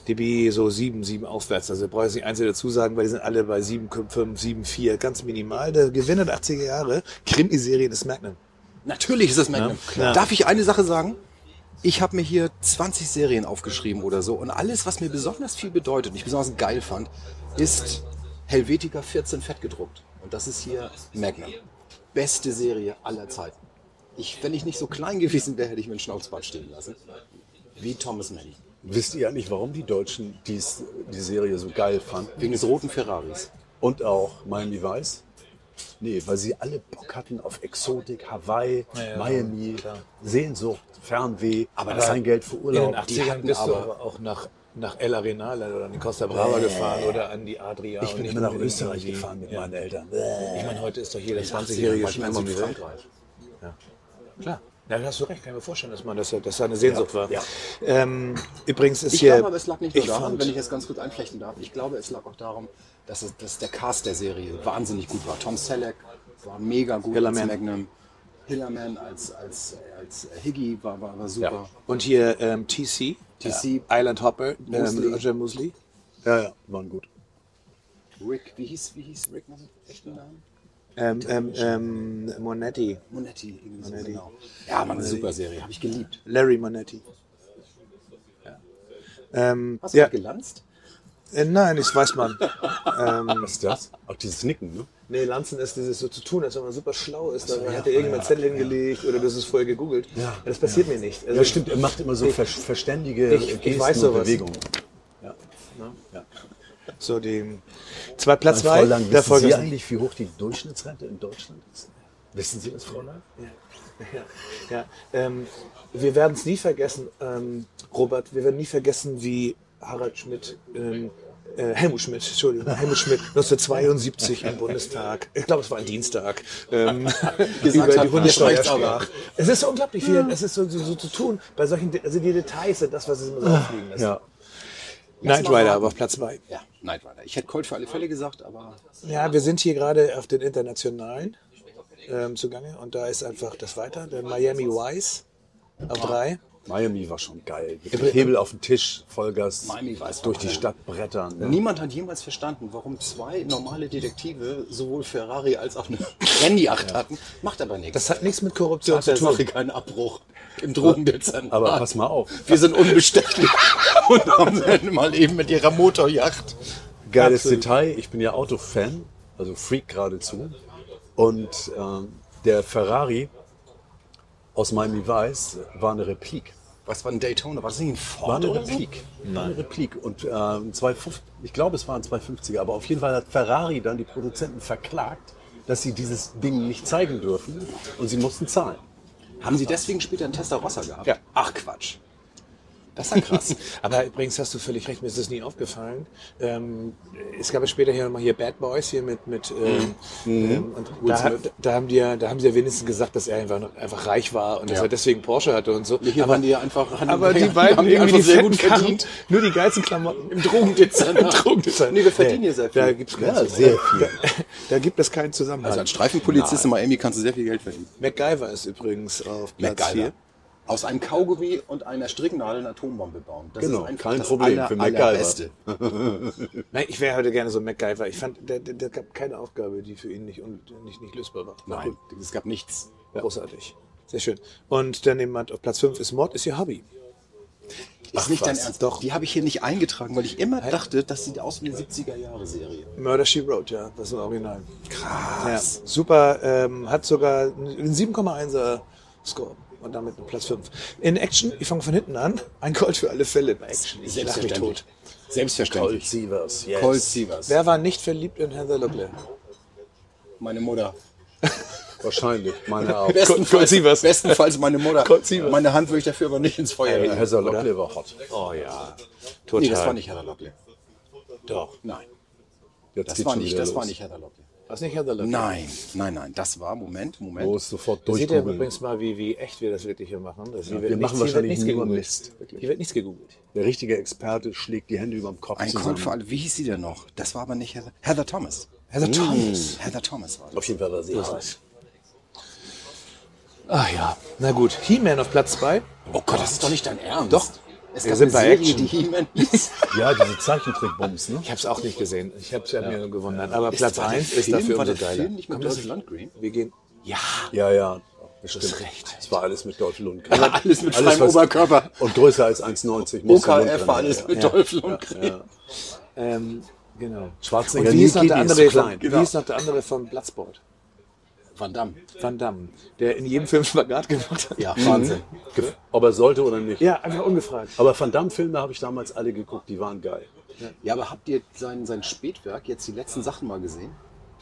IMDB so 7, 7 aufwärts. Also brauche ich nicht einzeln dazu sagen, weil die sind alle bei 7, 5, 7, 4, ganz minimal. Der Gewinner der 80er Jahre, Krimiserien ist Magnum.
Natürlich ist das Magnum.
Ja, klar.
Darf ich eine Sache sagen? Ich habe mir hier 20 Serien aufgeschrieben oder so. Und alles, was mir besonders viel bedeutet und ich besonders geil fand, ist Helvetica 14 fett gedruckt. Und das ist hier Magnum. Beste Serie aller Zeiten. Ich, wenn ich nicht so klein gewesen wäre, hätte ich mir einen Schnauzbart stehen lassen. Wie Thomas Mann.
Wisst ihr eigentlich, warum die Deutschen dies, die Serie so geil fanden?
Wegen des roten Ferraris.
Und auch Miami Vice? Nee, weil sie alle Bock hatten auf Exotik, Hawaii,
ja,
Miami,
klar.
Sehnsucht, Fernweh, aber kein Geld für
In den
Urlaub.
80ern
hatten
bist du
aber-
aber auch nach, nach El Arenal oder an die Costa Brava gefahren oder an die Adria.
Ich bin immer nach Österreich gefahren mit meinen Eltern.
Ich meine, heute ist doch jeder
80er
20-Jährige
war ich
schon
mal in
einmal mit Welt.
Südfrankreich.
Klar. Na, da hast du recht, kann ich mir vorstellen, dass man das, dass da eine Sehnsucht war.
ja.
Ähm, übrigens ist
Ich
hier.
glaube aber, es lag nicht nur
ich
daran,
fand-
wenn ich das ganz kurz einflechten darf. Ich glaube, es lag auch darum, dass, es, dass der Cast der Serie wahnsinnig gut war. Tom Selleck war mega gut
Hillerman.
als Magnum. Hillerman als, als, als Higgy war, war, war super.
Und hier ähm, TC,
TC.
ja. Island Hopper,
Mosley.
ähm, Roger Mosley.
Ja, ja, waren gut.
Rick, wie hieß, wie hieß Rick noch mit echten Namen?
Ähm, ähm, ähm, Monetti.
Monetti, irgendwie so
Monetti.
genau. Ja, Mann, eine super Serie, habe ich geliebt.
Larry Monetti. Ähm,
Hast du
ja,
ja. gelanzt?
äh, nein, das weiß man.
Was ist das? Auch dieses Nicken, ne?
Nee, Lanzen ist dieses so zu tun, als wenn man super schlau ist. Da hat dir irgendjemand Zettel hingelegt oder du hast es vorher gegoogelt. Ja, das passiert mir nicht. Also,
ja, stimmt, er macht immer so ver verständige
ich- ich
Gesten
weiß
und
sowas.
Bewegungen. Ja. Ja.
So, die zwei Platz
Frau
zwei
Lang,
der
wissen
Folge.
Sie
ist-
eigentlich, wie hoch die Durchschnittsrente in Deutschland ist? Wissen Sie das, Frau Lang?
Ja, ja. Ähm, wir werden es nie vergessen, ähm, Robert, wir werden nie vergessen, wie Harald Schmidt, ähm, äh, Helmut Schmidt, Entschuldigung, Helmut Schmidt 1972 im Bundestag, ich glaube, es war ein Dienstag, ähm, über
hat,
die Hundesteuer
jetzt reicht's aber.
sprach. Es ist so unglaublich, wie, es ist so, so, so zu tun, bei solchen, De- also die Details sind das, was es immer so auffliegen lässt.
Ja.
Knight
mal
Rider,
raten.
aber auf Platz zwei.
Ja, nein, weiter. Ich hätte Colt für alle Fälle gesagt, aber
Ja, wir sind hier gerade auf den internationalen ähm, zugange und da ist einfach das weiter, der Miami Vice auf drei.
Miami war schon geil. Mit Hebel auf den Tisch, Vollgas,
Miami weiß
durch
man,
die
ja.
Stadt brettern. Ne?
niemand hat jemals verstanden, warum zwei normale Detektive sowohl Ferrari als auch eine Renny-Acht hatten. Macht aber nichts.
Das hat nichts mit Korruption
Macht der
zu tun.
Sache keinen Abbruch im Drogendezernat.
Aber pass mal auf.
Wir sind unbestechlich und haben dann mal eben mit ihrer Motorjacht.
Geiles
Absolut.
Detail, ich bin ja Autofan, also Freak geradezu. Und ähm, der Ferrari aus Miami Vice war eine Replik.
Was war ein Daytona? War das nicht ein Ford
War eine
oder so?
Replik. War eine Replik. Und ähm, zwei, fünf- ich glaube, es waren 250er, aber auf jeden Fall hat Ferrari dann die Produzenten verklagt, dass sie dieses Ding nicht zeigen dürfen und sie mussten zahlen.
Haben sie deswegen später einen Testarossa gehabt?
Ja.
Ach Quatsch. Das ist ja krass.
Aber übrigens hast du völlig recht, mir ist das nie aufgefallen. Ähm, es gab ja später hier nochmal hier Bad Boys hier mit, mit ähm, ähm, und da, da haben die ja, da haben sie ja wenigstens gesagt, dass er einfach, einfach reich war und dass
Ja.
er deswegen Porsche hatte und so.
Hier waren die ja einfach.
aber die
haben
beiden
haben
irgendwie
einfach
die
sehr
fetten
gut
Karren,
verdient.
nur die geilsten Klamotten.
Im Drogendezernat.
Drogendezernat.
Nee, wir verdienen hier sehr viel.
Da gibt's keinen
Ja, sehr viel.
Da, da gibt es keinen Zusammenhang.
Also als Streifenpolizist in Miami kannst du sehr viel Geld verdienen.
MacGyver ist übrigens auf Platz 4.
Aus einem Kaugummi und einer Stricknadel eine Atombombe bauen. Das
Genau,
ist einfach
kein
das
Problem
aller,
für MacGyver.
allerbeste.
Nein, ich wäre heute gerne so MacGyver. Ich fand, der, der, der gab keine Aufgabe, die für ihn nicht, un- nicht, nicht lösbar war. War
Nein, es gab nichts.
Großartig. Sehr schön. Und dann jemand auf Platz 5 ist Mord, ist ihr Hobby.
Ist nicht dein
was,
Ernst.
doch.
Die habe ich hier nicht eingetragen, weil ich immer dachte, das sieht aus wie eine 70er-Jahre-Serie.
Murder She Wrote, ja, das ist ein Original. Krass. Ja, super, ähm, hat sogar einen 7,1er Score und damit einen Platz 5. In Action, ich fange von hinten an, ein Gold für alle Fälle bei Action. Ich lach mich tot.
Selbstverständlich.
Colt Sievers, yes.
Colt Sievers.
Wer war nicht verliebt in Heather Locklear?
Meine Mutter.
Wahrscheinlich, meine auch.
Colt Sievers.
bestenfalls meine Mutter.
Colt Sievers.
Meine Hand würde ich dafür aber nicht ins Feuer
Ey,
legen.
Hesser Lockley war hot.
Oh ja,
Nee, das war nicht Heather Locklear.
Doch.
Nein,
Jetzt
das
geht's
war
schon
nicht,
wieder
das war
los.
nicht Heather Locklear.
War es nicht Heather Locklear?
Nein, nein, nein, das war, Moment, Moment.
Los, sofort
Seht ihr
durchgoogeln.
übrigens mal, wie, wie echt wir das wirklich hier machen? Das, hier
wir machen
hier
wahrscheinlich
nichts
nur
gegoogelt.
Mist.
Hier wird nichts gegoogelt.
Der richtige Experte schlägt die Hände überm Kopf
Ein Colt für
zusammen.
alle, wie hieß sie denn noch? Das war aber nicht Heather, Heather Thomas.
Heather Thomas.
Heather Thomas war das.
Auf jeden Fall war sie hot.
Ah ja, na gut. He-Man auf Platz 2.
Oh Gott, das ist doch nicht dein Ernst.
Doch.
Es
Wir
gab eine
sind bei
Serie,
Action.
die He-Man hieß.
Ja, diese Zeichentrickbums, ne?
Ich habe es auch nicht gesehen. Ich habe es ja. mir nur gewundert. Aber
Ist-
Platz
war der
1 ist
Film-
dafür
war
umso
der
geiler.
Film nicht mit
Komm, lass
Dolph
uns-
Lundgren?
Wir gehen.
Ja,
Ja, ja, bestimmt.
recht.
Es war alles mit Dolph Lundgren.
aber alles mit freiem
was-
Oberkörper.
Und größer als 1,90. muss der Lundgren
OKF war alles
sein,
mit
ja.
Dolph Lundgren.
Ähm, genau.
Schwarzenegger,
Und wie ist noch
Niki,
der
die ist
andere,
klein.
von, wie ist noch der andere von Bloodsport?
Van Damme.
Van Damme, der in jedem Film Spagat gemacht hat. Mhm.
Ja, Wahnsinn.
Ge- Ob er sollte oder nicht.
Ja, einfach ungefragt.
Aber Van Damme-Filme habe ich damals alle geguckt, die waren geil.
Ja, aber habt ihr sein, sein Spätwerk, jetzt die letzten Sachen mal gesehen?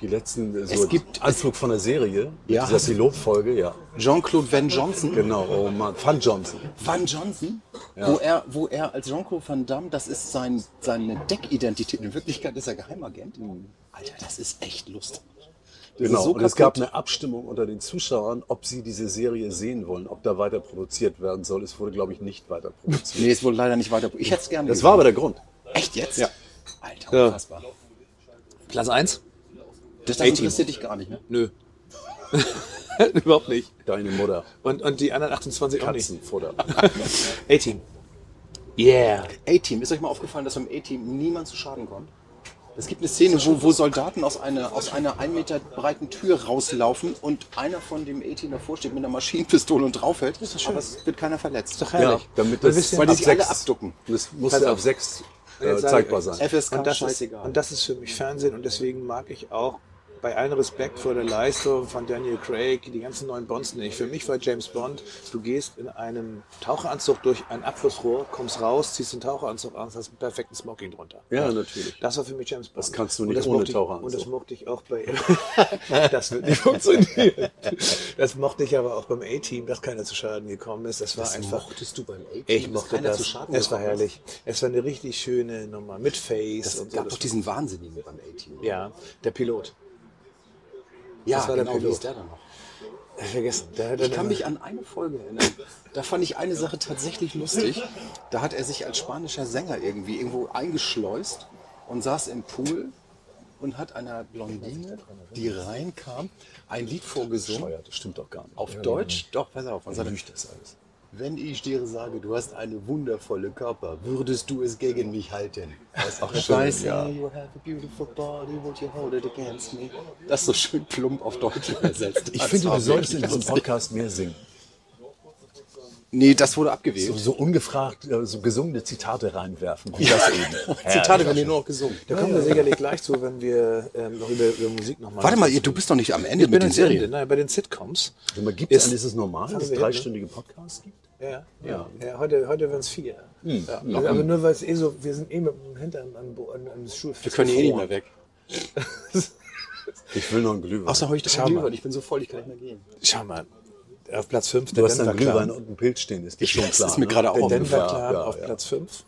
Die letzten, äh, so
Es gibt-
Anflug von der Serie,
Ja.
ja. dieser Pilotfolge, ja.
Jean-Claude Van Johnson.
Genau, oh Mann, Van Johnson.
Van Johnson, wo, er, wo er als Jean-Claude Van Damme, das ist sein, seine Deckidentität. In Wirklichkeit ist er Geheimagent. Alter, das ist echt lustig. Das
Genau,
ist so
und es gab
kaputt.
eine Abstimmung unter den Zuschauern, ob sie diese Serie sehen wollen, ob da weiter produziert werden soll. Es wurde, glaube ich, nicht weiter produziert.
Nee, es wurde leider nicht weiter. Ich hätte es gerne
Das
gesehen.
war aber der Grund.
Echt jetzt?
Ja.
Alter,
Ja.
unfassbar.
Platz 1?
Das, das interessiert dich gar nicht, ne?
Nö. Überhaupt nicht.
Deine Mutter,
Und, und die anderen 28 auch nicht.
Katzenfutter.
18. Yeah.
A-Team, ist euch mal aufgefallen, dass beim A-Team niemand zu Schaden kommt? Es gibt eine Szene, wo, wo Soldaten aus einer, aus einer ein Meter breiten Tür rauslaufen und einer von dem A-Team davor steht mit einer Maschinenpistole und draufhält.
ist doch schön.
Aber es wird keiner verletzt.
Ja,
Ein
damit das
bisschen
Weil die
ab
sich alle
sechs-
abducken.
Das
Pass
musste
auf.
ab sechs äh,
Jetzt sag
zeigbar
ich euch
sein.
FSK,
Und das, ist,
scheißegal.
und das ist für mich Fernsehen und deswegen mag ich auch bei allem Respekt vor der Leistung von Daniel Craig die ganzen neuen Bonds nicht. Für mich war James Bond, du gehst in einem Taucheranzug durch ein Abflussrohr, kommst raus, ziehst den Taucheranzug an, hast einen perfekten Smoking drunter.
Ja, natürlich.
Das war für mich James Bond.
Das kannst du
Und
nicht
das
ohne
mochte ich-
Taucheranzug.
Und das mochte ich auch bei. das wird nicht funktionieren. Das mochte ich aber auch beim A-Team, dass keiner zu Schaden gekommen ist. Das war einfach.
mochtest du beim A-Team?
Ich
dass
mochte
keiner Zu
das.
Schaden
Es war
gekommen ist?
herrlich. Es war eine richtig schöne Nummer mit Face
Es
und so.
gab
Das
doch diesen Wahnsinnigen beim A-Team.
ja, der Pilot.
ja
das war der
genau, wie
Pilot.
ist der dann noch?
Vergessen. Der hat
Ich
dann
kann
immer-
mich an eine Folge erinnern. Da fand ich eine Sache tatsächlich lustig. Da hat er sich als spanischer Sänger irgendwie irgendwo eingeschleust und saß im Pool und hat einer Blondine, die reinkam, ein Lied vorgesungen.
Scheuer, das stimmt doch gar nicht.
Auf Deutsch? Doch, pass auf. Und sagte,
Lügt das alles.
wenn ich dir sage, du hast eine wundervolle Körper, würdest du es gegen mich halten? Ach, scheiße. You have a beautiful body, would you hold it against me? Das so schön plump auf Deutsch übersetzt.
Ich
Das
finde,
war
du solltest in
wirklich
diesem
lustig.
Podcast mehr singen.
Nee, das wurde abgewählt.
So, so ungefragt äh, so gesungene Zitate reinwerfen. Wie
Ja. eh
das eben.
Zitate werden hier nur noch gesungen.
Da kommen wir sicherlich gleich zu, wenn wir ähm, noch über, über Musik nochmal.
Warte mal, ihr- du bist doch nicht am Ende mit den Serien.
Nein, bei den Sitcoms.
Sag mal, Gibt
Ist-
es ist es normal,
Fangen wir
dass es
hin, ne?
dreistündige Podcasts gibt?
Ja,
Ja.
ja. ja heute heute wären es vier.
Hm,
Ja. Aber nur weil es eh so, wir sind eh mit dem Hintern am, Bo- an, am Stuhl
Wir können hier eh nicht mehr weg.
Ich will noch einen Glühwein.
Außer heute
Schau mal.
Glühwein. Ich bin so voll, ich kann nicht mehr gehen.
Schau mal, auf Platz 5 der
du hast einen
Denver
Glühwein
Clan.
und einen Pilz stehen. Ist dir
Ich
schon
weiß,
klar. ne?
ist mir gerade
Der
auch
Denver
ungefähr,
Clan
ja,
auf
ja.
Platz 5.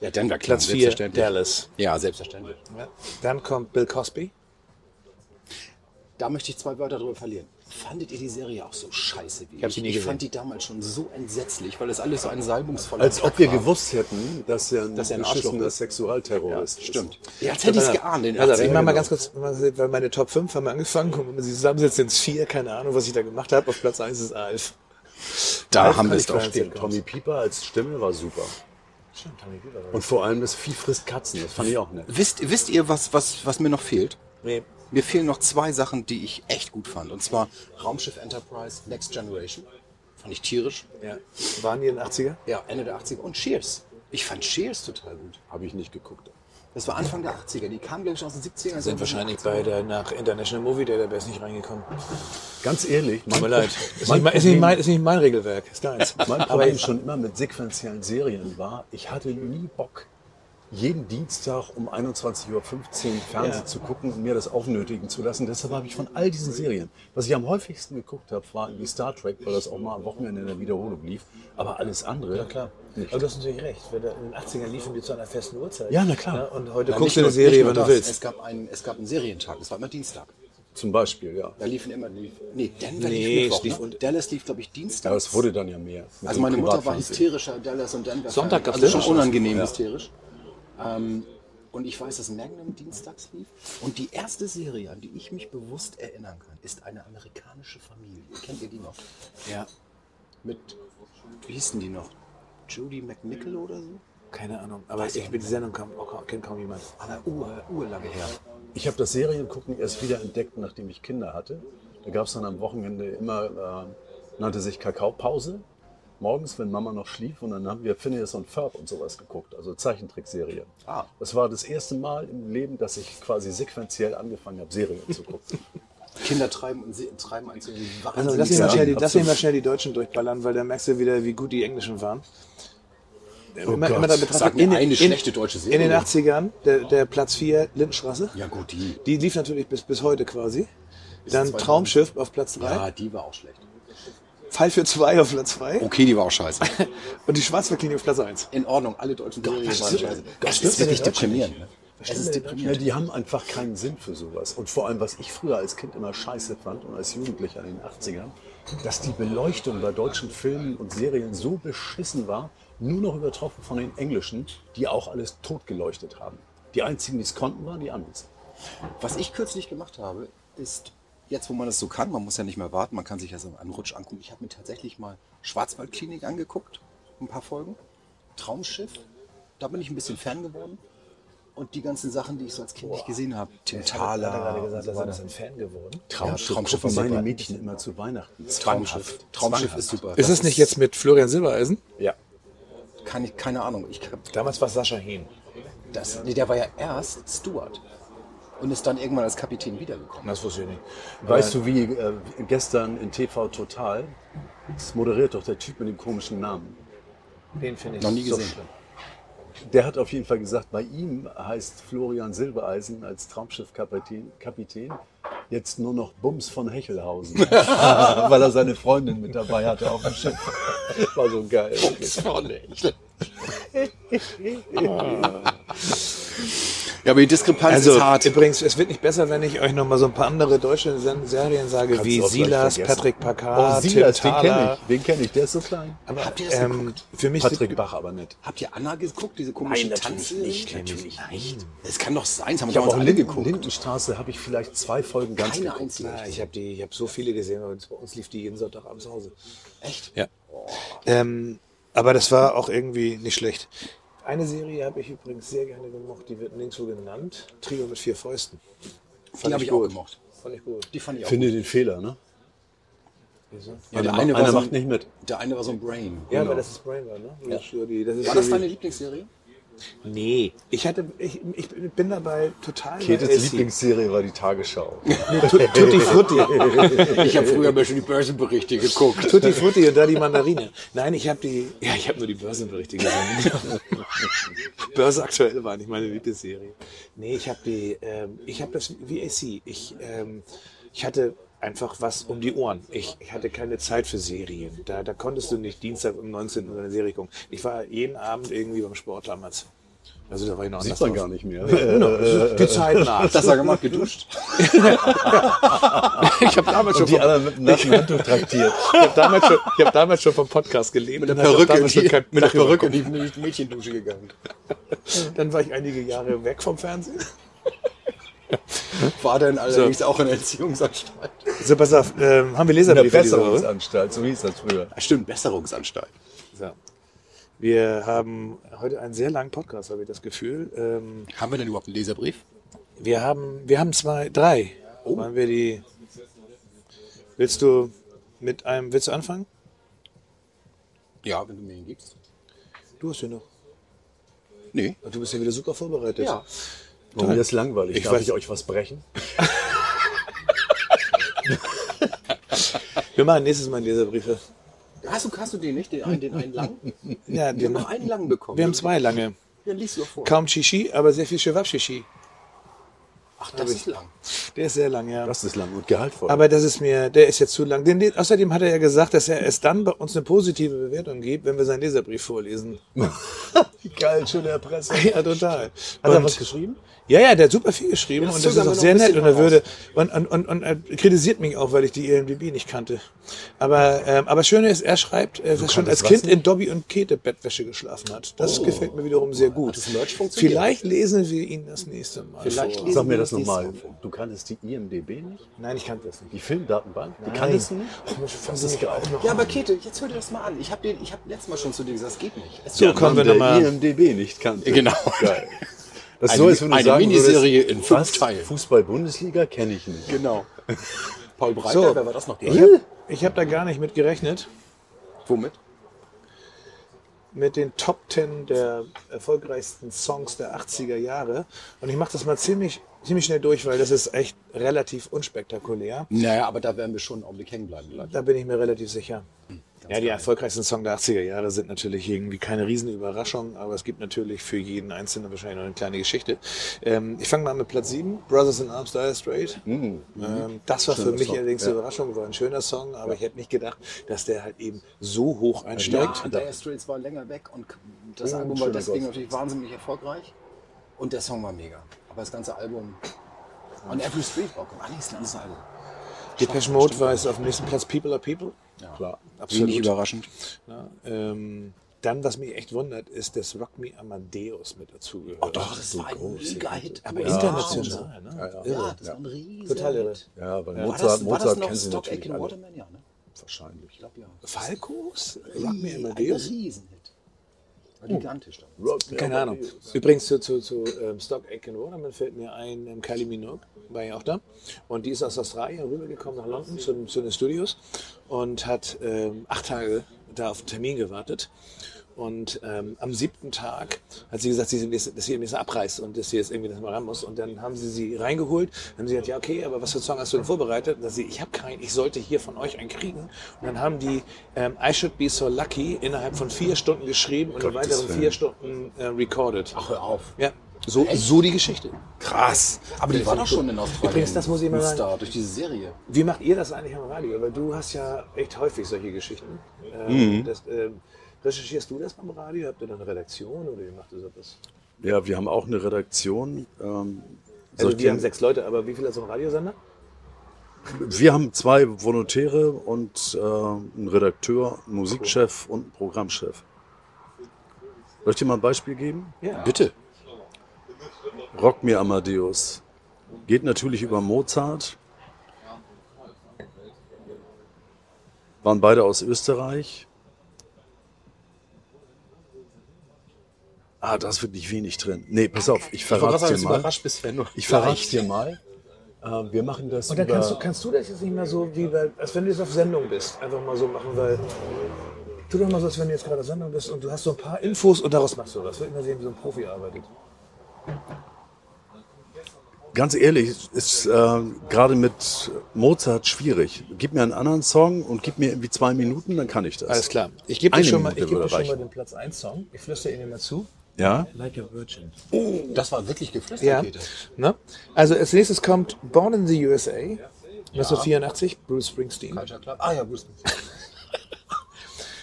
Ja, Denver klar,
Platz 4 Dallas.
Ja, selbstverständlich.
Ja. Dann kommt Bill Cosby.
Da möchte ich zwei Wörter drüber verlieren. Fandet ihr die Serie auch so scheiße wie ich?
hab sie nie
ich
gesehen.
fand die damals schon so entsetzlich, weil das alles so ein salbungsvoller
Als ob
Kack
wir
war.
gewusst hätten, dass er ein,
Dass er ein Arschloch
beschissener
ist.
Sexualterrorist ist.
Stimmt. Ja, als hätte ich es geahnt. in den
Also, ich
80ern.
mache mal ganz kurz, weil meine Top 5 haben wir angefangen, und wenn man sie zusammensetzt, sind es vier, keine Ahnung, was ich da gemacht habe. Auf Platz 1 ist Alf.
da
Alf
haben
kann
wir
ich
es doch.
gar nicht.
Stimmt. Tommy Pieper als Stimme war super.
Stimmt, Tommy Weaver war
Und vor allem das Vieh frisst Katzen. Das fand ich auch nett.
Wisst, wisst ihr, was, was, was mir noch fehlt?
Nee.
Mir fehlen noch zwei Sachen, die ich echt gut fand. Und zwar Raumschiff Enterprise Next Generation. Fand ich tierisch.
Ja. Waren die in den 80er?
Ja, Ende der 80er. Und Cheers. Ich fand Cheers total gut.
Habe ich nicht geguckt.
Das war Anfang der 80er. Die kamen, glaube ich, aus den 70ern.
Sind wahrscheinlich bei der nach International Movie Database nicht reingekommen.
Ganz ehrlich,
Tut mir
mein-
leid. Ist nicht, mein, ist, nicht mein, ist nicht mein Regelwerk, ist deins.
Mein
Aber
Problem schon immer mit sequenziellen Serien war, ich hatte nie Bock, jeden Dienstag um 21.15 Uhr Fernsehen
Ja.
zu gucken und mir das aufnötigen zu lassen. Deshalb habe ich von all diesen Serien, was ich am häufigsten geguckt habe, war irgendwie Star Trek, weil das auch mal am Wochenende in der Wiederholung lief. Aber alles andere, ja,
klar. Aber du hast natürlich recht, wenn da in den 80ern liefen wir zu einer festen Uhrzeit.
Ja, na klar.
und heute
Ja,
guckst
nicht
du
nur-
eine Serie,
nicht nur
wenn du
das.
willst.
Es gab, einen, es gab einen Serientag. Das war immer Dienstag.
zum Beispiel, ja.
Da liefen immer. Lief, nee, Denver
Nee,
lief
es
Mittwoch.
lief
Ne?
und-
Dallas lief, glaube ich, Dienstag.
Aber es wurde dann ja mehr. Mit
Also
dem
meine Mutter war
Privatfernsehen.
hysterischer Dallas und Denver.
Sonntag gab's
gab also schon
Denver.
unangenehm hysterisch. Ähm, und ich weiß, dass Magnum dienstags lief. Und die erste Serie, an die ich mich bewusst erinnern kann, ist eine amerikanische Familie. Kennt ihr die noch?
Ja,
Mit, wie hießen die noch? Judy McNichol oder so?
keine Ahnung. Aber ich bin die Sendung kaum, oh, kaum- kennt kaum jemand.
Aber ur, urlange her.
Ich habe das Seriengucken erst wieder entdeckt, nachdem ich Kinder hatte. Da gab es dann am Wochenende immer, äh, nannte sich Kakaopause. Morgens, wenn Mama noch schlief, und dann haben wir Phineas und Ferb und sowas geguckt, also Zeichentrickserien.
Ah.
Das war das erste Mal im Leben, dass ich quasi sequenziell angefangen habe, Serien zu gucken.
Kinder treiben und se- treiben eins irgendwie
Also
wahnsinnig.
lass mich, mal
ja,
schnell die, lass mich
absolut.
mal schnell die Deutschen durchballern, weil dann merkst du wieder, wie gut die Englischen waren.
Gott,
da betrachtet-
Oh sag mir
in den-
eine
in-
schlechte deutsche Serie.
In den 80ern, der, der Platz 4, Lindenstraße.
ja gut, die.
Die lief natürlich bis, bis heute quasi.
das
Dann
zweite
Traumschiff auf Platz 3,
Ja, die war auch schlecht.
Fall für 2 auf Platz 2
Okay, die war auch scheiße.
und die Schwarzverklinik auf Platz 1.
In Ordnung, alle deutschen Serien
verstehst
waren
du-
scheiße. Das
verstehst
ist
du die
wirklich
Deutschen
deprimierend. ne? Es ist
Ja,
deprimierend.
die haben einfach keinen Sinn für sowas. Und vor allem, was ich früher als Kind immer scheiße fand und als Jugendlicher in den 80ern, dass die Beleuchtung bei deutschen Filmen und Serien so beschissen war, nur noch übertroffen von den Englischen, die auch alles tot geleuchtet haben. Die einzigen, die es konnten, waren die Amis.
Was ich kürzlich gemacht habe, ist, jetzt wo man das so kann, man muss ja nicht mehr warten, man kann sich ja so einen Rutsch angucken. Ich habe mir tatsächlich mal Schwarzwaldklinik angeguckt, ein paar Folgen. Traumschiff, da bin ich ein bisschen Fan geworden. und die ganzen Sachen, die ich so als Kind nicht gesehen habe. Tim Thaler.
Hat er gerade gesagt,
und
dass
so
er das
weiter.
ein Fan geworden?
Traumschiff,
Ja, Traumschiff
gucken
ist
meine
super.
Mädchen immer zu Weihnachten.
Traumschiff. Traumschiff ist super.
Ist
Das
es nicht jetzt mit Florian Silbereisen?
Ja.
Kann ich, keine Ahnung. Ich, hab
Damals war es Sascha Hehn.
das, nee, der war ja erst Steward und ist dann irgendwann als Kapitän wiedergekommen.
Das wusste ich nicht.
Weißt du, wie äh, gestern in TV Total, das moderiert doch der Typ mit dem komischen Namen.
Den finde ich
Noch nie
so
gesehen.
schlimm.
Der hat auf jeden Fall gesagt, bei ihm heißt Florian Silbereisen als Traumschiffkapitän Kapitän jetzt nur noch Bums von Hechelhausen, weil er seine Freundin mit dabei hatte auf dem Schiff. War so geil.
Oh, Ja, aber die Diskrepanz
Also
ist hart.
übrigens, es wird nicht besser, wenn ich euch noch mal so ein paar andere deutsche Sen- Serien sage,
Kannst
wie
du auch gleich
Silas,
vergessen.
Patrick
Oh,
Pacard,
Silas,
Tim
den kenne
Thaler.
ich. Den kenne ich, der ist so klein.
Aber,
Habt ihr das
ähm, für mich
Patrick Bach aber nicht.
Habt ihr Anna geguckt, diese komische
Nein, natürlich
Tanzserie?
nicht,
Natürlich nicht. Es kann doch sein, das haben wir
Ich habe
damals
auch
alle
Linden,
geguckt.
Lindenstraße habe ich vielleicht zwei Folgen ganz
Keine
geguckt.
einzige.
Ja, Ah, ich habe die, ich habe so viele gesehen, aber bei uns lief die jeden Sonntag abends zu Hause.
Echt?
Ja. Ähm, aber das war auch irgendwie nicht schlecht. Eine Serie habe ich übrigens sehr gerne gemocht, die wird nirgendwo genannt. Trio mit vier Fäusten. Fand
Die habe ich auch
gut.
gemocht.
Fand ich gut.
Die fand ich auch.
Finde den Fehler, ne?
ja,
Einer macht- einer
so ein-
macht nicht mit.
Der eine war so ein Brain.
Ja, aber das ist Brain war, ne? Das ist so die- das ist
Genau. War
so
das
die-
deine Lieblingsserie?
Nee. Ich hatte, ich, ich bin dabei total. bei
Ketes
Elsie.
Lieblingsserie war die Tagesschau.
Tut- Tutti Frutti.
Ich habe früher mal schon die Börsenberichte geguckt.
Tutti Frutti und da die Mandarine. Nein, ich habe die. Ja, ich habe nur die Börsenberichte gesehen. Börse aktuell war nicht meine Lieblingsserie. Nee, ich habe die. Ähm, ich habe das wie AC. Ich, ähm, ich hatte einfach was um die Ohren. Ich, ich hatte keine Zeit für Serien. Da, da konntest du nicht Dienstag um 19 Uhr eine Serie gucken. Ich war jeden Abend irgendwie beim Sport damals. Also da war ich noch
Sieht
anders
man
drauf.
gar nicht Äh, mehr.
Genau, die Zeit nach.
Das war gemacht, geduscht.
ich habe damals schon
Die anderen mit einem nassen Handtuch traktiert.
Ich habe damals, schon- ich hab damals schon vom Podcast gelebt. Mit
Der Perücke, in
Schon
die,
kein,
mit der Perücke in
bekommen.
die Mäd- Mädchendusche gegangen.
Dann war ich einige Jahre weg vom Fernsehen.
War dann allerdings auch in der Erziehungsanstalt.
So, pass auf, ähm, haben wir
In der
Leserbriefe diese Woche?
Besserungsanstalt, so hieß das früher.
Ah, Stimmt, Besserungsanstalt.
So. Wir haben heute einen sehr langen Podcast, habe ich das Gefühl. Ähm,
Haben wir denn überhaupt einen Leserbrief?
wir haben, wir haben zwei, drei. Wollen wir die? Willst du mit einem, willst du anfangen?
Ja, wenn du mir ihn gibst.
Du hast ja noch.
Nee. also
Du bist ja wieder super vorbereitet.
Ja.
Warum mir ist langweilig?
Ich
Darf
weiß-
ich euch was brechen?
Wir machen nächstes Mal Leserbriefe.
Hast du, hast du den nicht, den einen, den einen langen?
Ja,
Wir
wir,
haben noch einen langen bekommen.
wir haben zwei lange.
Dann liest du doch vor.
Kaum Shishi, aber sehr viel Shivab-Shishi.
Ach, das ist lang.
Der ist sehr lang, ja.
Das ist lang und gehaltvoll.
Aber das ist mir, der ist jetzt zu lang. Den, den, außerdem hat er ja gesagt, dass er es dann bei uns eine positive Bewertung gibt, wenn wir seinen Leserbrief vorlesen.
geil, schöne Erpressung.
Ja, total.
Hat er
Und-
was geschrieben?
Ja, ja, der hat super viel geschrieben
Ja, das
und das ist
zögern
auch
wir
sehr
noch ein
nett und er
bisschen
würde und, und, und, und er kritisiert mich auch, weil ich die E IMDb nicht kannte. Aber ähm, aber das Schöne ist, er schreibt, äh, dass er schon als
kanntest was
Kind
nicht?
in Dobby und Käthe Bettwäsche geschlafen hat. Das gefällt mir wiederum sehr gut.
das Merch funktioniert?
Vielleicht lesen wir ihn das nächste Mal.
Vielleicht
vor.
lesen-
Sag mir das nochmal. Du kanntest die IMDB nicht?
Nein, ich kannte es nicht.
Die Filmdatenbank? Die
Nein.
kanntest du nicht?
Ach, Mensch, das ist ja auch noch.
Ja, aber Käthe, jetzt hör dir das mal an. Ich habe hab letztes Mal schon zu dir gesagt, es geht nicht. Es
So, kommen wir
der
nochmal.
IMDB nicht kannte.
Genau.
Geil. Das ist
Eine-
so, als wenn du
eine
sagen würdest,
Miniserie in fünf
was?
Teilen.
Fußball-Bundesliga kenne ich nicht.
Genau. Paul Breiter,
So.
wer war das noch?
Ich habe ich hab da gar nicht mit gerechnet.
Womit?
mit den Top 10 der erfolgreichsten Songs der 80er Jahre. Und ich mache das mal ziemlich, ziemlich schnell durch, weil das ist echt relativ unspektakulär.
Naja, aber da werden wir schon einen Augenblick hängen bleiben. Gleich.
Da bin ich mir relativ sicher.
Hm,
Ja, die erfolgreichsten Songs der 80er Jahre sind natürlich irgendwie keine Riesenüberraschung, aber es gibt natürlich für jeden Einzelnen wahrscheinlich noch eine kleine Geschichte. Ähm, ich fange mal an mit Platz 7, Brothers in Arms, Dire Straight. Ähm, das war für mich
Hm, mhm. Song,
allerdings
ja.
eine Überraschung, war ein schöner Song, aber ich hätte nicht gedacht, dass der halt eben so hoch einsteigt.
Ja, Dire Straits war länger weg und das
Ja,
Album war
schöner
deswegen
Gott.
natürlich wahnsinnig erfolgreich. Und der Song war mega. Aber das ganze Album. Und Every Street Walk. Ah, nee, ist ein anderes Album.
Depeche Mode war es auf dem nächsten Platz, People are People.
Klar.
Absolut.
überraschend.
Ja, ähm, dann, was mich echt wundert, ist, dass Rock Me Amadeus mit dazugehört.
Oh, doch, das war ein Mega-Hit. Aber
international, ne?
Ja, das war ein riesen
Total irre.
Ja, weil
War
Mozart,
das, war das
Mozart
noch
kennen sie
Stock
natürlich
Aitken
alle.
Waterman? Ja, ne?
Wahrscheinlich.
Ich glaube ja.
Falkos? Rock Me
Ein
Amadeus?
Riesenhit. Gigantisch.
Rock,
Keine
ja,
Ahnung.
Baby.
Übrigens zu, zu, zu ähm, Stock Aitken Waterman fällt mir ein, ähm, Kylie Minogue war ja auch da. Und die ist aus Australien rübergekommen nach London zu, zu den Studios und hat ähm, acht Tage da auf den Termin gewartet. Und ähm, am siebten Tag hat sie gesagt, sie sind jetzt, dass sie jetzt abreißt und dass sie jetzt irgendwie das mal ran muss. Und dann haben sie sie reingeholt. Dann haben sie gesagt, ja okay, aber was für Song hast du denn vorbereitet? Und dann sie, ich habe keinen, ich sollte hier von euch einen kriegen. Und dann haben die ähm, I Should Be So Lucky innerhalb von vier Stunden geschrieben und in
Gottes
weiteren
Willen.
vier Stunden äh, recorded.
Ach, hör auf.
Ja, so, so die Geschichte.
Krass. Aber die war doch schon in Australien.
Übrigens, das muss ich mal
ein
sagen.
Star durch diese Serie.
Wie macht ihr das eigentlich am Radio? Weil du hast ja echt häufig solche Geschichten. Ähm, das, ähm, recherchierst du das beim Radio? Habt ihr dann eine Redaktion oder wie macht ihr sowas?
Ja, wir haben auch eine Redaktion. Ähm, soll
Also
ich
wir
dir-
haben sechs Leute, aber wie viele so ein Radiosender?
wir haben zwei Volontäre und äh, einen Redakteur, einen Musikchef und einen Programmchef. Soll ich dir mal ein Beispiel geben?
Ja.
Bitte.
Rock mir Amadeus. Geht natürlich über Mozart. Waren beide aus Österreich. Ah, da ist wirklich wenig drin. Nee, pass auf, ich verrate dir mal.
bist, wenn du.
Ich verrate dir mal. Äh, wir machen das
Und dann
über...
kannst du, kannst du das jetzt nicht mehr so, wie bei, als wenn du jetzt auf Sendung bist, einfach mal so machen, weil tu doch mal so, als wenn du jetzt gerade auf Sendung bist und du hast so ein paar Infos und daraus machst du was. Wird immer sehen, wie so ein Profi arbeitet.
Ganz ehrlich, ist äh, gerade mit Mozart schwierig. Gib mir einen anderen Song und gib mir irgendwie zwei Minuten, dann kann ich das.
Alles klar. Ich gebe dir
Eine
schon mal, ich geb
Minute
dir
würde
schon mal
reichen.
den Platz 1 Song. Ich flüstere Ihnen mal zu.
Ja?
Like a Virgin.
Das war wirklich geflüstert,
Ja.
Peter.
Ne? Also als nächstes kommt Born in the USA, 1984, Bruce Springsteen.
Culture Club. Ah ja, Bruce.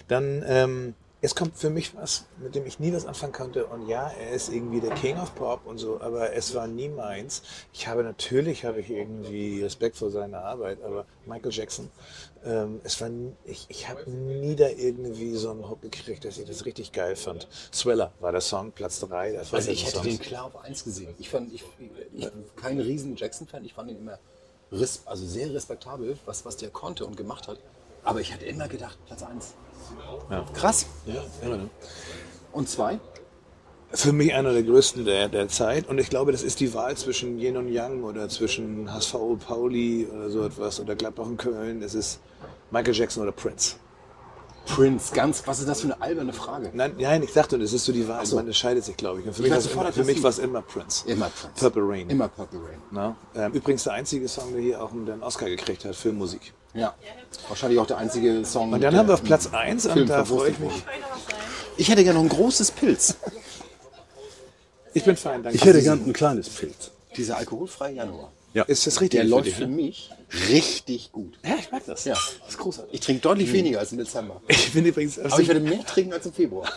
Dann, ähm, es kommt für mich was, mit dem ich nie was anfangen konnte. Und ja, er ist irgendwie der King of Pop und so, aber es war nie meins. Ich habe natürlich, habe ich irgendwie Respekt vor seiner Arbeit, aber Michael Jackson, ähm, es war, n- ich, ich habe nie da irgendwie so einen Hock gekriegt, dass ich das richtig geil fand. Thriller war der Song, Platz 3. Das war
Also ich hätte
Songs.
den klar auf eins gesehen. Ich fand, ich, ich kein riesen Jackson-Fan, ich fand ihn immer res, also sehr respektabel, was, was der konnte und gemacht hat. Aber ich hatte immer gedacht, Platz 1. Krass.
ja, immer, ne?
Und zwei?
Für mich einer der größten der, der Zeit. Und ich glaube, das ist die Wahl zwischen Yin und Yang oder zwischen HSV, Pauli oder so etwas oder Gladbach und Köln. Es ist Michael Jackson oder Prince.
Prince, ganz. Was ist das für eine alberne Frage?
Nein, nein, ich sagte, das ist so die Wahl.
so.
Man entscheidet sich, glaube ich. Und für
Ich
mich,
war
war's
sofort
immer, für mich
aggressiv.
war es immer Prince.
Immer Prince.
Purple Rain.
Immer Purple Rain.
Na? Ähm, übrigens der einzige Song, der hier auch einen einen Oscar gekriegt hat für Musik.
Ja. Wahrscheinlich auch der einzige Song.
Und dann
der
haben wir auf
im
Platz 1 und
Film
da freue ich
verwurstet
mich.
Soll ich noch was sagen?
wurde. Ich hätte gerne noch ein großes Pilz.
Ich bin fein, danke.
Ich hätte gern ein kleines Pilz.
Dieser alkoholfreie Januar.
Ja.
Ist das richtig?
Der läuft
dich,
für
ne?
mich richtig gut.
Ja, ich mag das.
Ja.
Das ist großartig.
Ich trinke deutlich weniger als im Dezember.
Ich bin übrigens.
Aber ich werde mehr trinken als im Februar.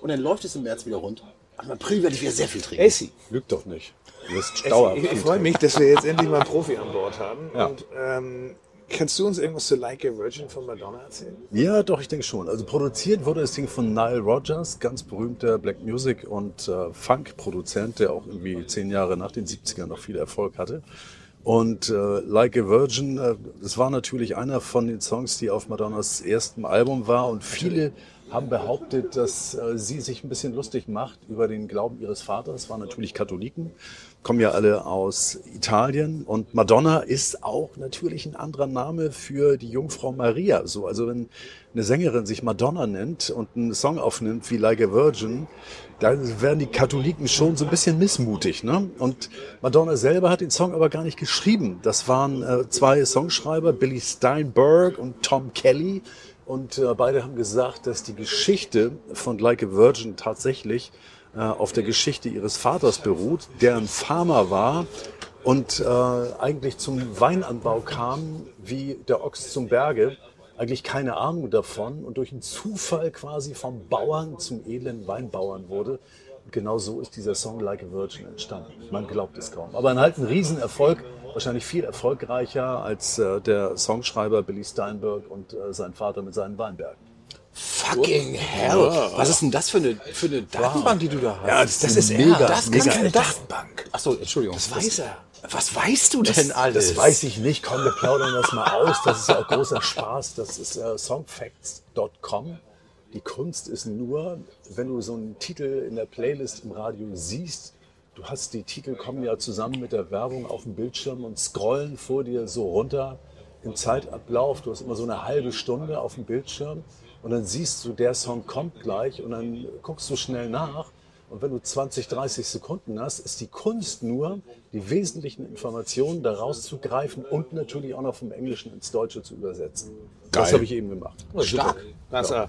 Und dann läuft es im März wieder runter. Im April werde ich wieder sehr viel trinken.
AC.
Lügt doch nicht. Du wirst
Ich,
dauerhaft.
ich freue mich, dass wir jetzt endlich mal einen Profi an Bord haben.
Ja.
Und ähm, kannst du uns irgendwas zu Like a Virgin von Madonna erzählen?
Ja, doch, ich denke schon. Also produziert wurde das Ding von Nile Rodgers, ganz berühmter Black Music und äh, Funk-Produzent, der auch irgendwie zehn Jahre nach den 70ern noch viel Erfolg hatte. Und äh, Like a Virgin, äh, das war natürlich einer von den Songs, die auf Madonnas erstem Album war und viele haben behauptet, dass äh, sie sich ein bisschen lustig macht über den Glauben ihres Vaters, waren natürlich Katholiken, kommen ja alle aus Italien und Madonna ist auch natürlich ein anderer Name für die Jungfrau Maria. So, also wenn eine Sängerin sich Madonna nennt und einen Song aufnimmt wie Like a Virgin, dann werden die Katholiken schon so ein bisschen missmutig. Ne? Und Madonna selber hat den Song aber gar nicht geschrieben. Das waren äh, zwei Songschreiber, Billy Steinberg und Tom Kelly. Und äh, beide haben gesagt, dass die Geschichte von Like a Virgin tatsächlich äh, auf der Geschichte ihres Vaters beruht, der ein Farmer war und äh, eigentlich zum Weinanbau kam wie der Ochs zum Berge, eigentlich keine Ahnung davon und durch einen Zufall quasi vom Bauern zum edlen Weinbauern wurde. Und genau so ist dieser Song Like a Virgin entstanden. Man glaubt es kaum. Aber ein halt ein Riesenerfolg, wahrscheinlich viel erfolgreicher als äh, der Songschreiber Billy Steinberg und äh, sein Vater mit seinen Weinbergen.
Fucking hell. Was ist denn das für eine, für eine Datenbank, die du da hast?
Ja, das ist eine mega-
das
mega
kannst du das.
Bank.
Achso, Entschuldigung. Das
weiß er.
Was weißt du denn alles?
Das weiß ich nicht. Komm, wir plaudern das mal aus. Das ist ja auch großer Spaß. Das ist äh, songfacts.com. Die Kunst ist nur, wenn du so einen Titel in der Playlist im Radio siehst, du hast die Titel kommen ja zusammen mit der Werbung auf dem Bildschirm und scrollen vor dir so runter im Zeitablauf. Du hast immer so eine halbe Stunde auf dem Bildschirm und dann siehst du, der Song kommt gleich und dann guckst du schnell nach. Und wenn du 20, 30 Sekunden hast, ist die Kunst nur, die wesentlichen Informationen daraus zu greifen und natürlich auch noch vom Englischen ins Deutsche zu übersetzen. Das
Geil.
habe ich eben gemacht.
Stark.
Ganz klar.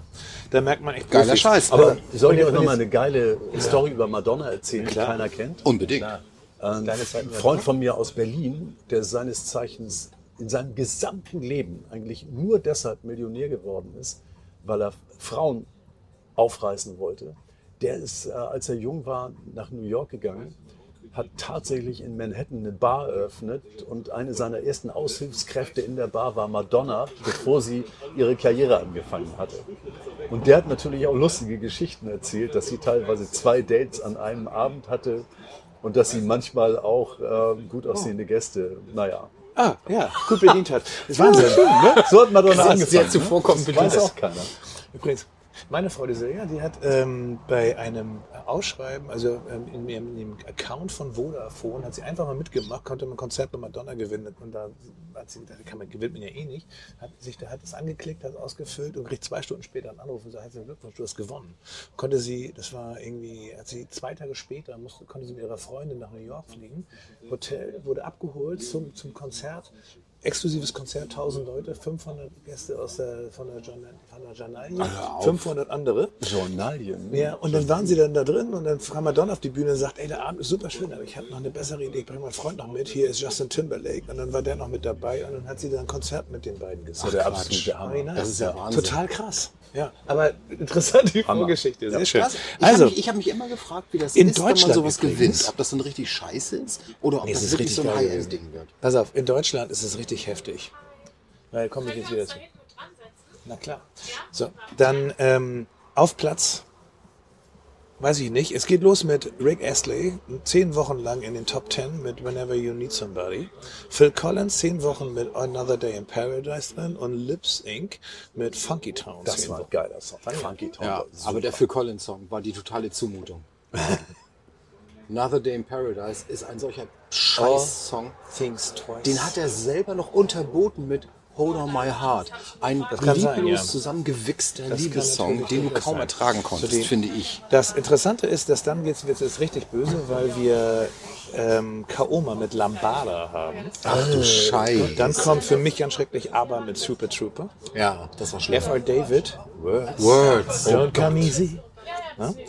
Da merkt man echt
Geiler
Profis.
Scheiß.
Aber
Ja.
Ich soll dir auch
Wenn
noch mal
jetzt-
eine geile Story über Madonna erzählen, die keiner kennt.
Unbedingt.
Ein
Zeit mit
Ähm, Freund von mir aus Berlin, der seines Zeichens in seinem gesamten Leben eigentlich nur deshalb Millionär geworden ist, weil er Frauen aufreißen wollte, der ist, äh, als er jung war, nach New York gegangen, hat tatsächlich in Manhattan eine Bar eröffnet und eine seiner ersten Aushilfskräfte in der Bar war Madonna, bevor sie ihre Karriere angefangen hatte. Und der hat natürlich auch lustige Geschichten erzählt, dass sie teilweise zwei Dates an einem Abend hatte und dass sie manchmal auch äh, gut
Oh.
aussehende Gäste, naja.
Ah, ja, gut bedient hat. Das ist Wahnsinn.
Ne? So hat Madonna
Ah, Das ist
angefangen.
sehr
ne?
zuvorkommend
das weiß
bedient.
auch keiner.
Übrigens, meine Frau, die Silja, die hat ähm, bei einem Ausschreiben, also ähm, in, ihrem, in dem Account von Vodafone, hat sie einfach mal mitgemacht, konnte man ein Konzert bei Madonna gewinnen. Und da hat sie gedacht, kann man, gewinnt man ja eh nicht. Hat sich, da hat es angeklickt, hat es ausgefüllt und kriegt zwei Stunden später einen Anruf und sagt, herzlichen Glückwunsch, du hast gewonnen. Konnte sie, das war irgendwie, hat sie zwei Tage später, musste, konnte sie mit ihrer Freundin nach New York fliegen. Hotel wurde abgeholt zum, zum Konzert exklusives Konzert, 1000 Leute, 500 Gäste aus der, von der, Journa- von der Janaille, 500 andere.
Journalien.
Ja, und dann waren sie dann da drin und dann kam Madonna auf die Bühne und sagt, ey, der Abend ist super schön, aber ich habe noch eine bessere Idee, ich bringe meinen Freund noch mit, hier ist Justin Timberlake und dann war der noch mit dabei und dann hat sie dann ein Konzert mit den beiden
Das
gespielt.
ist ja der absolute Hammer.
Original.
Das ist ja Wahnsinn.
Total krass. Ja, aber interessante die
Hammer.
Vorgeschichte, sehr
Ja.
schön.
Krass. Ich
also,
habe mich, ich hab mich immer gefragt, wie das
In
ist, wenn
Deutschland
man sowas
übrigens.
gewinnt. Ob das dann richtig scheiße ist oder ob
Nee, es
das
ist
wirklich
richtig
so ein
geil
High-End-Ding
gewesen.
wird.
pass auf, in Deutschland ist es richtig heftig. Weil komme ich jetzt wieder zu. Na klar. So, dann ähm, auf Platz, weiß ich nicht. Es geht los mit Rick Astley, zehn Wochen lang in den Top Ten mit Whenever You Need Somebody. Phil Collins, zehn Wochen mit Another Day in Paradise drin und Lips Inc. mit Funky Town.
Das
zehn
war ein
Wochen.
geiler Song. Funky Town.
Ja, aber der Phil Collins Song war die totale Zumutung. Another Day in Paradise ist ein solcher Scheiß-Song.
Oh. Things Twice.
Den hat er selber noch unterboten mit Hold on My Heart. Ein
kann
lieblos
sein, ja.
zusammengewichster
Das kann
Liebessong,
natürlich
den du
durchaus
kaum
sein.
ertragen konntest,
Zudem-
finde ich.
Das Interessante ist, dass dann geht's, wird es richtig böse, weil wir ähm, Kaoma mit Lambada haben.
Ach du Scheiße.
Dann kommt für mich ganz schrecklich Aber mit Super Trooper.
Ja, das war schlimm.
F.R. David.
Oh
Words.
Don't come easy.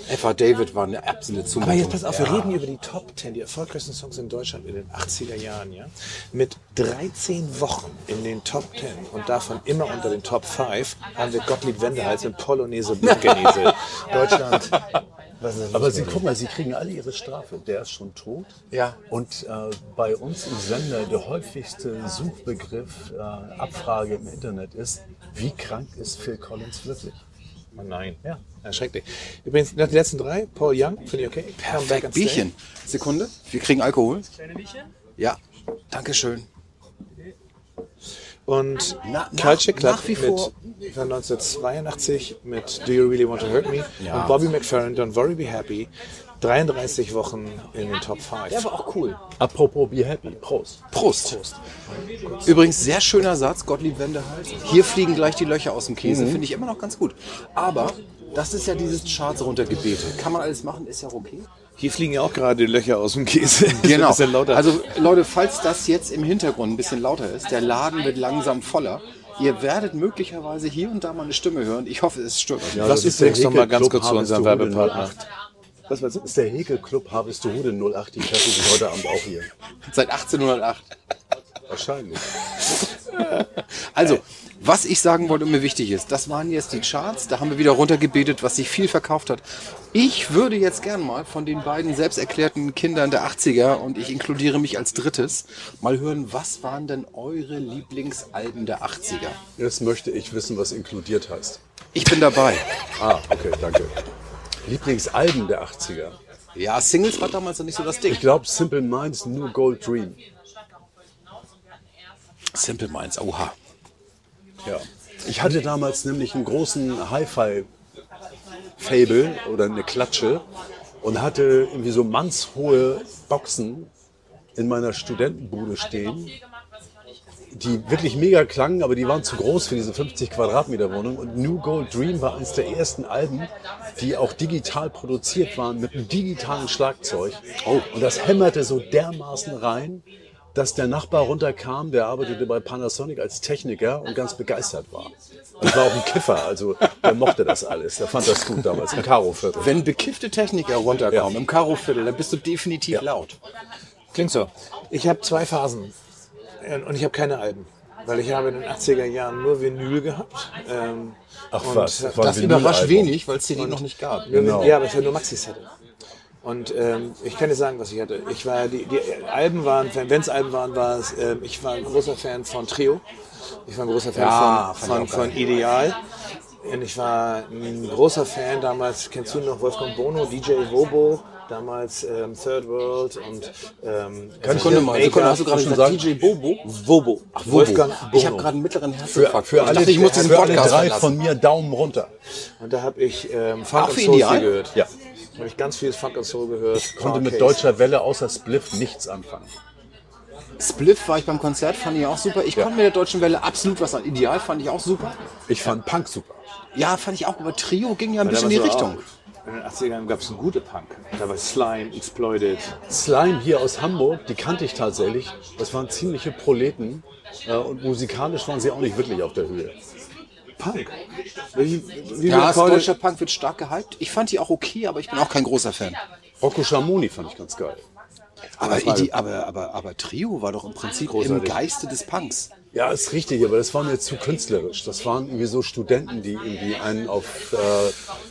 F.R. David war eine absolute Zumutung.
Aber jetzt pass auf, wir reden über die Top 10, die erfolgreichsten Songs in Deutschland in den 80er Jahren, ja? Mit 13 Wochen in den Top 10 und davon immer unter den Top 5 haben wir Gottlieb Wendehals mit Polonaise Blutgenese. Deutschland. Was ist das?
Aber sie, guck mal, sie kriegen alle ihre Strafe. Der ist schon tot.
Ja.
Und äh, bei uns im Sender der häufigste Suchbegriff, äh, Abfrage im Internet ist, wie krank ist Phil Collins wirklich?
Oh nein. Ja, erschrecklich. Übrigens, die letzten drei, Paul Young, finde ich okay. Come back and stay.
Bierchen. Sekunde. Wir kriegen Alkohol. Ja. Dankeschön.
Und
Na- nach-
Culture Club
nach wie
mit,
vor-
von 1982 mit Do You Really Want to Hurt Me?
Ja.
Und Bobby McFerrin, Don't Worry Be Happy. 33 Wochen in den Top 5.
war auch cool.
Apropos Be Happy, Prost.
Prost. Übrigens, sehr schöner Satz, Gottlieb Wendehals. Hier fliegen gleich die Löcher aus dem Käse, finde ich immer noch ganz gut. Aber das ist ja dieses Charts runtergebetet. Kann man alles machen, ist ja okay.
Hier fliegen ja auch gerade die Löcher aus dem Käse.
Genau.
Das ist ja lauter.
Also Leute, falls das jetzt im Hintergrund ein bisschen lauter ist, der Laden wird langsam voller. Ihr werdet möglicherweise hier und da mal eine Stimme hören. Ich hoffe, es stört euch. nicht.
Lass uns übrigens noch mal ganz kurz zu unserem Werbepartner.
Was meinst du? Das ist der Häkel-Club Harvestuhude 08. Die treffen sich heute Abend auch hier.
Seit 1808.
Wahrscheinlich.
Also, was ich sagen wollte und mir wichtig ist, das waren jetzt die Charts, da haben wir wieder runtergebetet, was sich viel verkauft hat. Ich würde jetzt gern mal von den beiden selbst erklärten Kindern der 80er und ich inkludiere mich als drittes, mal hören, was waren denn eure Lieblingsalben der 80er?
Jetzt möchte ich wissen, was inkludiert heißt.
Ich bin dabei.
Ah, okay, danke. Lieblingsalben der 80er.
Ja, Singles war damals noch nicht so das Ding.
Ich glaube, Simple Minds, New Gold Dream.
Simple Minds, oha.
Ja. Ich hatte damals nämlich einen großen Hi-Fi Fable oder eine Klatsche und hatte irgendwie so mannshohe Boxen in meiner Studentenbude stehen
Viel gemacht, was ich noch nicht gesehen habe.
die wirklich mega klangen, aber die waren zu groß für diese 50 Quadratmeter Wohnung. Und New Gold Dream war eines der ersten Alben, die auch digital produziert waren mit einem digitalen Schlagzeug. Oh. Und das hämmerte so dermaßen rein, dass der Nachbar runterkam, der arbeitete bei Panasonic als Techniker und ganz begeistert war. Und war auch ein Kiffer, also der mochte das alles, der fand das gut damals, im Karo-Viertel.
Wenn bekiffte Techniker runterkommen
Ja.
im Karoviertel, dann bist du definitiv laut.
Klingt so. Ich habe zwei Phasen äh, und ich habe keine Alben. Weil ich habe in den 80er Jahren nur Vinyl gehabt. Ähm,
Ach
und
was,
das
war ein
Das überrascht
Vinylalbum.
wenig, weil es CD noch nicht gab.
Nur
Genau.
wenn, ja, aber ich hatte nur Maxis hatte. Und ähm, ich kann dir sagen, was ich hatte. Ich war die, die Alben waren, wenn es Alben waren, war es, ähm, ich war ein großer Fan von Trio. Ich war ein großer Fan
Ja,
von, von,
fand ich auch
von Ideal. Und ich war ein großer Fan damals, kennst du noch Wolfgang Bono, DJ Wobo, damals ähm, Third World und ähm,
Sekunde mal, Sekunde, hast du gerade schon gesagt, DJ Bobo?
Wobo. Ach,
Bobo.
Wolfgang Bono.
Ich habe gerade einen mittleren
Für,
Herzinfarkt.
Oh. für
ich
alle,
dachte, ich muss diesen
für alle
Podcast
drei
verlassen.
von mir Daumen runter.
Und da habe ich ähm, Funk
Auch
und
für
Soul
Ideal?
viel gehört.
Ja.
Da habe ich ganz viel Funk und Soul gehört. Ich
Konnte mit deutscher Welle außer Spliff nichts anfangen.
Spliff war ich beim Konzert, fand ich auch super. Ich konnte mit der Deutschen Welle absolut was an. Ideal fand ich auch super.
Ich fand Punk super.
Ja, fand ich auch, aber Trio ging ja ein bisschen in die
damals war
Richtung.
auch- In den 80ern gab es einen gute Punk. Da war Slime, Exploited.
Slime hier aus Hamburg, die kannte ich tatsächlich. Das waren ziemliche Proleten äh, und musikalisch waren sie auch nicht wirklich auf der Höhe.
Punk. Wie, wie wir
Ja, das
heute-
deutscher Punk wird stark gehypt. Ich fand die auch okay, aber ich bin auch kein großer Fan.
Rocco Schamoni fand ich ganz geil.
Aber, Idi- aber, aber, aber Trio war doch im Prinzip im Geiste des Punks.
Ja, ist richtig, aber das war mir zu künstlerisch. Das waren irgendwie so Studenten, die irgendwie einen auf äh,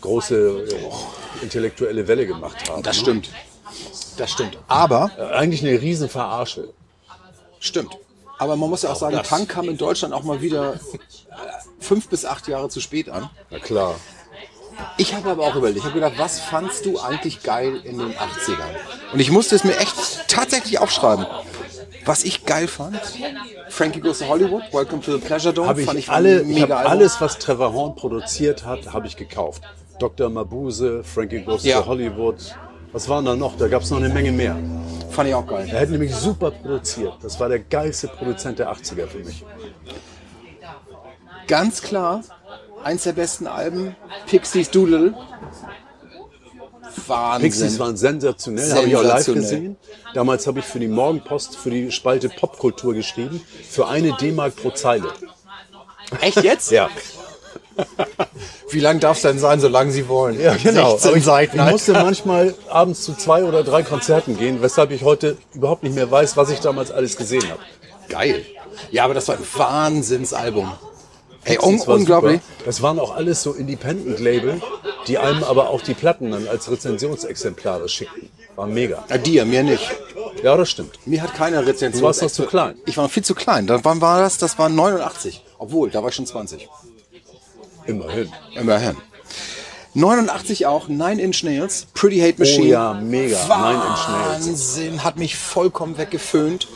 große äh, intellektuelle Welle gemacht haben.
Das stimmt. Das stimmt. Aber
Äh, eigentlich eine riesen Verarsche.
Stimmt. Aber man muss ja auch sagen, Punk kam in Deutschland auch mal wieder äh, fünf bis acht Jahre zu spät an.
Na klar.
Ich habe aber auch überlegt, ich habe gedacht, was fandst du eigentlich geil in den 80ern? Und ich musste es mir echt tatsächlich aufschreiben. Was ich geil fand, Frankie Goes to Hollywood, Welcome to the Pleasure Dome,
Habe
fand
ich alle, ich hab
Album.
alles, was Trevor Horn produziert hat, habe ich gekauft. Dr. Mabuse, Frankie Goes
Ja.
to Hollywood. Was waren da noch? Da gab es noch eine Menge mehr.
Fand ich auch geil.
Er hat nämlich super produziert. Das war der geilste Produzent der 80er für mich.
Ganz klar, eins der besten Alben, Pixies Doodle. Wahnsinn.
Pixies waren sensationell, habe ich auch live
Sensationell.
gesehen. Damals habe ich für die Morgenpost, für die Spalte Popkultur geschrieben, für eine D-Mark pro Zeile.
Echt jetzt?
Ja,
Wie lang darf es denn sein, solange sie wollen?
ja genau.
16
Aber ich, ich
Seiten. halt.
musste manchmal abends zu zwei oder drei Konzerten gehen, weshalb ich heute überhaupt nicht mehr weiß, was ich damals alles gesehen habe.
Geil. Ja, aber das war ein Wahnsinnsalbum. Ey, un
Das war
unglaublich.
super. Das waren auch alles so Independent-Label, die einem aber auch die Platten dann als Rezensionsexemplare schickten. War mega.
Na, dir, mir nicht.
Ja, das stimmt.
Mir hat keiner Rezension.
Du warst noch zu klein.
Ich war noch viel zu klein. Dann, wann war das? Das war 89. Obwohl, da war ich schon 20.
Immerhin.
Immerhin. 89 auch, Nine Inch Nails, Pretty Hate Machine.
Oh ja, mega, Nine Inch Nails.
Wahnsinn, hat mich vollkommen weggeföhnt.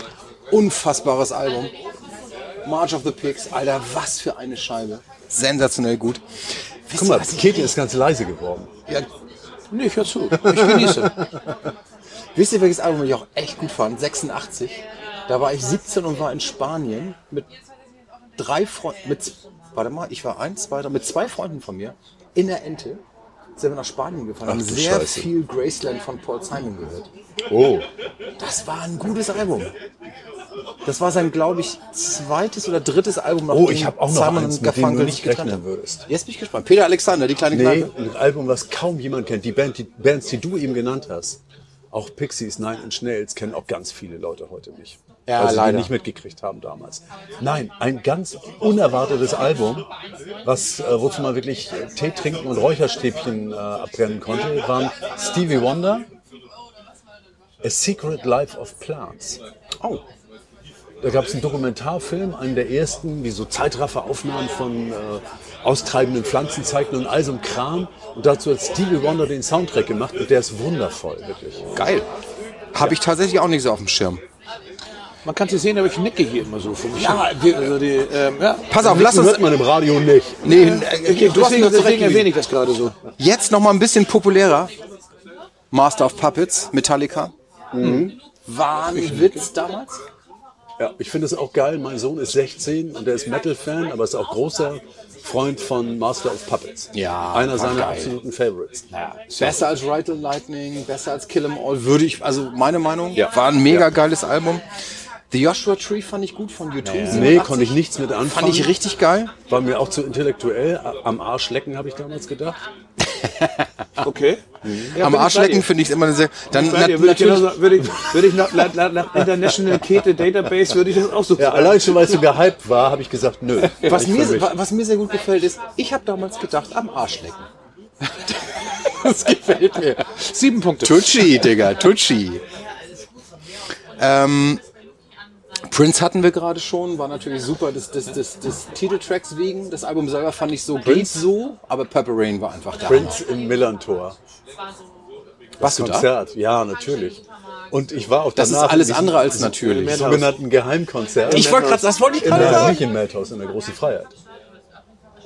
Unfassbares Album. March of the Pigs, Alter, was für eine Scheibe. Sensationell gut. Wisst
Guck
ihr,
mal,
was ich-
Käthe ist ganz leise geworden.
ja,
Nee, ich hör zu. Ich genieße.
Wisst ihr, welches Album ich auch echt gut fand? 86. Da war ich 17 und war in Spanien mit drei Freunden, mit, warte mal, ich war eins, zwei, drei, mit zwei Freunden von mir in der Ente sind wir nach Spanien gefahren, haben
Ach du
sehr
Scheiße.
viel Graceland von Paul Simon gehört.
Oh.
Das war ein gutes Album. Das war sein, glaube ich, zweites oder drittes Album.
Oh,
nachdem
ich habe auch noch
Simon
eins,
und
mit dem du
Garfunkel
nicht
sich getrennt
rechnen
haben.
würdest.
Jetzt bin ich gespannt. Peter Alexander, die kleine
Nee,
Kneipe.
ein Album, was kaum jemand kennt. Die, Band, die Bands, die du eben genannt hast, auch Pixies, Nine Inch Nails, kennen auch ganz viele Leute heute nicht.
Ja,
weil sie
leider.
die nicht mitgekriegt haben damals. Nein, ein ganz unerwartetes Album, was, äh, wozu man wirklich äh, Tee trinken und Räucherstäbchen äh, abbrennen konnte, waren Stevie Wonder, A Secret Life of Plants.
Oh,
Da gab es einen Dokumentarfilm, einen der ersten, die so Zeitrafferaufnahmen von äh, austreibenden Pflanzen zeigten und all so einem Kram. Und dazu hat Stevie Wonder den Soundtrack gemacht und der ist wundervoll, wirklich.
Geil. Habe ich tatsächlich auch nicht so auf dem Schirm.
Man kann es nicht sehen, aber ich nicke hier immer so für mich. Ja, die, also die, ähm, ja.
Pass auf, lass uns.
hört man im Radio nicht.
Nee,
Ich,
du hast
Äh, deswegen
mir das
deswegen
recht
erwähne
gegeben.
ich das gerade so.
Jetzt noch mal ein bisschen populärer. Master of Puppets, Metallica. Mhm. War ein Witz damals?
Ja, ich finde es auch geil. Mein Sohn ist 16 und er ist Metal-Fan, aber ist auch großer Freund von Master of Puppets.
Ja,
Einer
war
seiner
geil.
absoluten Favorites.
Ja. Besser als Ride the Lightning, besser als Kill 'Em All, würde ich, also meine Meinung, war ein mega geiles Album. The Joshua Tree fand ich gut von YouTube.
Nee, konnte ich nichts mit anfangen.
Fand ich richtig geil.
War mir auch zu intellektuell. Am Arsch lecken, habe ich damals gedacht.
Okay. Ja,
Am
bin ich bei dir.
Arschlecken finde ich immer eine sehr. Dann
Bei
na,
dir würde ich,
natürlich.
genauso, würde ich, würde ich nach, nach, nach- nach International Kete Database würde ich das auch so
Ja, allein schon, weil es so gehypt war, habe ich gesagt, nö.
Was
Nicht für
mir,
mich.
wa- was mir sehr gut gefällt ist, ich habe damals gedacht, am Arschlecken. Das gefällt mir.
Sieben Punkte.
Tucci, Digga, Tucci. Ähm, Prince hatten wir gerade schon, war natürlich super des, des, des, des Titeltracks wegen. Das Album selber fand ich so, geht so, aber Purple Rain war einfach da.
Prince im Millantor.
Warst du da?
Konzert, ja, natürlich. Und ich war auch
Das ist
danach
alles
in diesem
andere als natürlich.
sogenannten Geheimkonzert.
Ich wollte gerade, das wollte ich gerade
ja, nicht
sagen.
im Madhouse, in der großen Freiheit.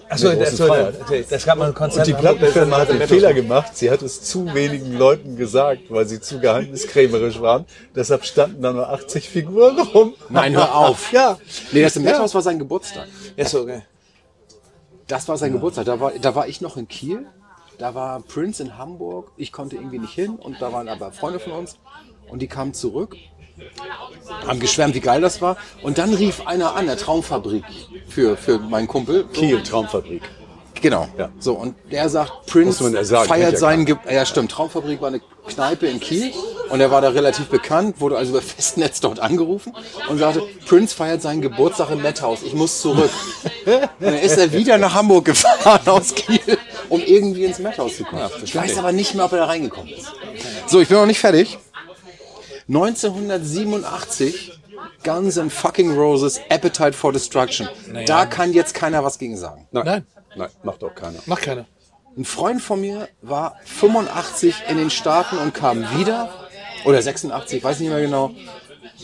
Achso,
Eine
das,
große
war-
Feier.
das gab mal ein Konzert.
Und die Plattenfirma hat den Fehler gemacht. Sie hat es zu wenigen Leuten gesagt, weil sie zu geheimniskrämerisch waren. Deshalb standen da nur 80 Figuren rum.
Nein, hör auf.
Ja.
Nee, das im Madhouse war sein Geburtstag.
Ja, so, okay.
Das war sein Geburtstag. Da war, da war ich noch in Kiel. Da war Prince in Hamburg. Ich konnte irgendwie nicht hin. Und da waren aber Freunde von uns. Und die kamen zurück, haben geschwärmt, wie geil das war. Und dann rief einer an, der Traumfabrik für, für meinen Kumpel. So,
Kiel, Traumfabrik.
Genau.
Ja.
So, und der sagt,
Muss
Prince
man ja sagen, kennt
feiert
ja
seinen. Ge ja, stimmt. Traumfabrik war eine Kneipe in Kiel. Und er war da relativ bekannt, wurde also über Festnetz dort angerufen und sagte, Prince feiert seinen Geburtstag im Netthaus. Ich muss zurück. Und dann ist er wieder nach Hamburg gefahren aus Kiel, um irgendwie ins Metthaus zu kommen. ich weiß aber nicht mehr, ob er da reingekommen ist. So, ich bin noch nicht fertig. 1987 Guns and Fucking Roses Appetite for Destruction. Da kann jetzt keiner was gegen sagen.
Nein. Nein. macht auch keiner.
Macht keiner.
Ein Freund von mir war 85 in den Staaten und kam wieder, oder 86, ich weiß nicht mehr genau,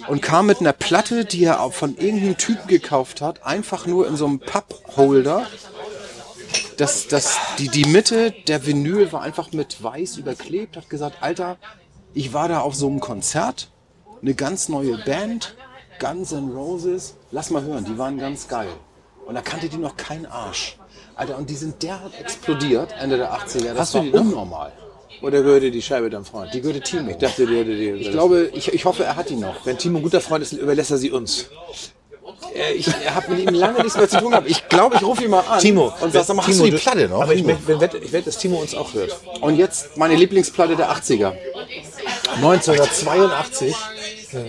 und kam mit einer Platte, die er auch von irgendeinem Typen gekauft hat, einfach nur in so einem Pappholder. Das, das, die, die Mitte der Vinyl war einfach mit weiß überklebt, hat gesagt, Alter, ich war da auf so einem Konzert, eine ganz neue Band, Guns N' Roses, lass mal hören, die waren ganz geil. Und da kannte die noch kein Arsch. Alter, und die sind derart explodiert Ende der 80er, das
Hast du
war
die noch?
unnormal.
Oder gehörte die Scheibe deinem Freund?
Die gehörte Timo. Ich,
dachte, die hätte die.
glaube, ich, ich hoffe, er hat die noch.
wenn Timo ein guter Freund ist, überlässt er sie uns.
Äh, Ich habe mit ihm lange nichts mehr zu tun gehabt. Ich glaube, ich rufe ihn mal an und sag, sag mal, hast
Timo,
du die Platte noch?
Aber ich wette, wette, ich wette, dass Timo uns auch hört.
und jetzt meine Lieblingsplatte der 80er. 1982,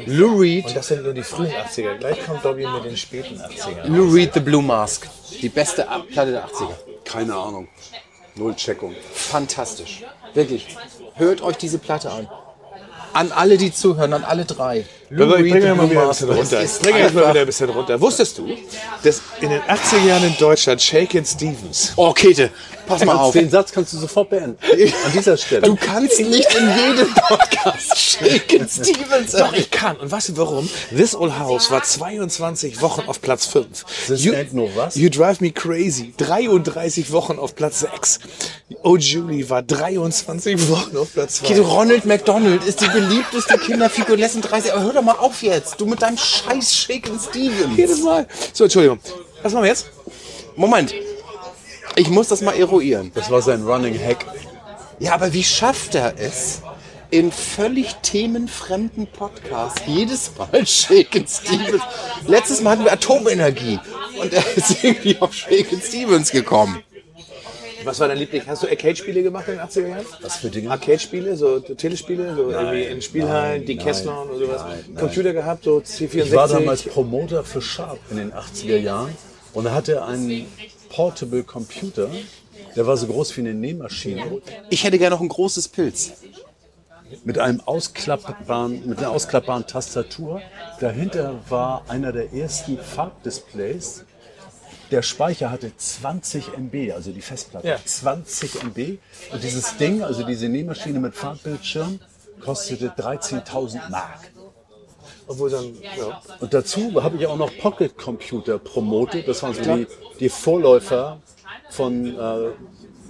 Lou
Und
Reed,
das sind nur die frühen 80er. Gleich kommt Dobby mit den späten 80ern.
Lou Reed The Blue Mask. Die beste Ab- Platte der 80er.
Keine Ahnung. Null Checkung.
Fantastisch. Wirklich. Hört euch diese Platte an. An alle, die zuhören, an alle drei. Lou
Aber Also ich bringe ja mal wieder ein
Mask.
bisschen runter.
Das
Ich
ist
bringe euch mal
einfach-
wieder ein bisschen runter. Wusstest du, dass in den 80er Jahren in Deutschland Shakin' Stevens
Oh, Kete, pass mal auf.
Den Satz kannst du sofort beenden. An dieser Stelle.
Du kannst nicht in jedem Podcast Shaken Stevens.
Doch, ich kann. Und weißt du warum? This Old House war 22 Wochen auf Platz 5.
This ain't no was?
You Drive Me Crazy, 33 Wochen auf Platz 6. Oh Julie war 23 Wochen auf Platz 2.
Kid Ronald McDonald ist die beliebteste Kinderfigur letzten 30 Aber hör doch mal auf jetzt, du mit deinem scheiß Shaken Stevens.
Jedes Mal. So, Entschuldigung. Was machen wir jetzt?
Moment, ich muss das mal eruieren.
Das war sein Running Hack.
Ja, aber wie schafft er es, in völlig themenfremden Podcasts jedes Mal Shaken Stevens... Letztes Mal hatten wir Atomenergie und er ist irgendwie auf Shaken Stevens gekommen.
Was war dein Liebling? Hast du Arcade-Spiele gemacht in den 80er Jahren?
Was für Dinge?
Arcade-Spiele, so Telespiele, so irgendwie in Spielhallen, die
nein,
Kessler und sowas.
nein, nein.
Computer gehabt, so C64.
Ich war damals Promoter für Sharp in den 80er Jahren und da hatte einen Portable Computer, der war so groß wie eine Nähmaschine,
Ich hätte gerne noch ein großes Pilz.
mit, einem ausklappbaren, mit einer ausklappbaren Tastatur. Dahinter war einer der ersten Farbdisplays. Der Speicher hatte 20 MB, also die Festplatte.
Ja.
20 MB. Und dieses Ding, also diese Nähmaschine mit Farbbildschirm, kostete 13.000 Mark.
Obwohl dann, ja.
Und dazu habe ich auch noch Pocket Computer promotet. Das waren so die, die Vorläufer von äh,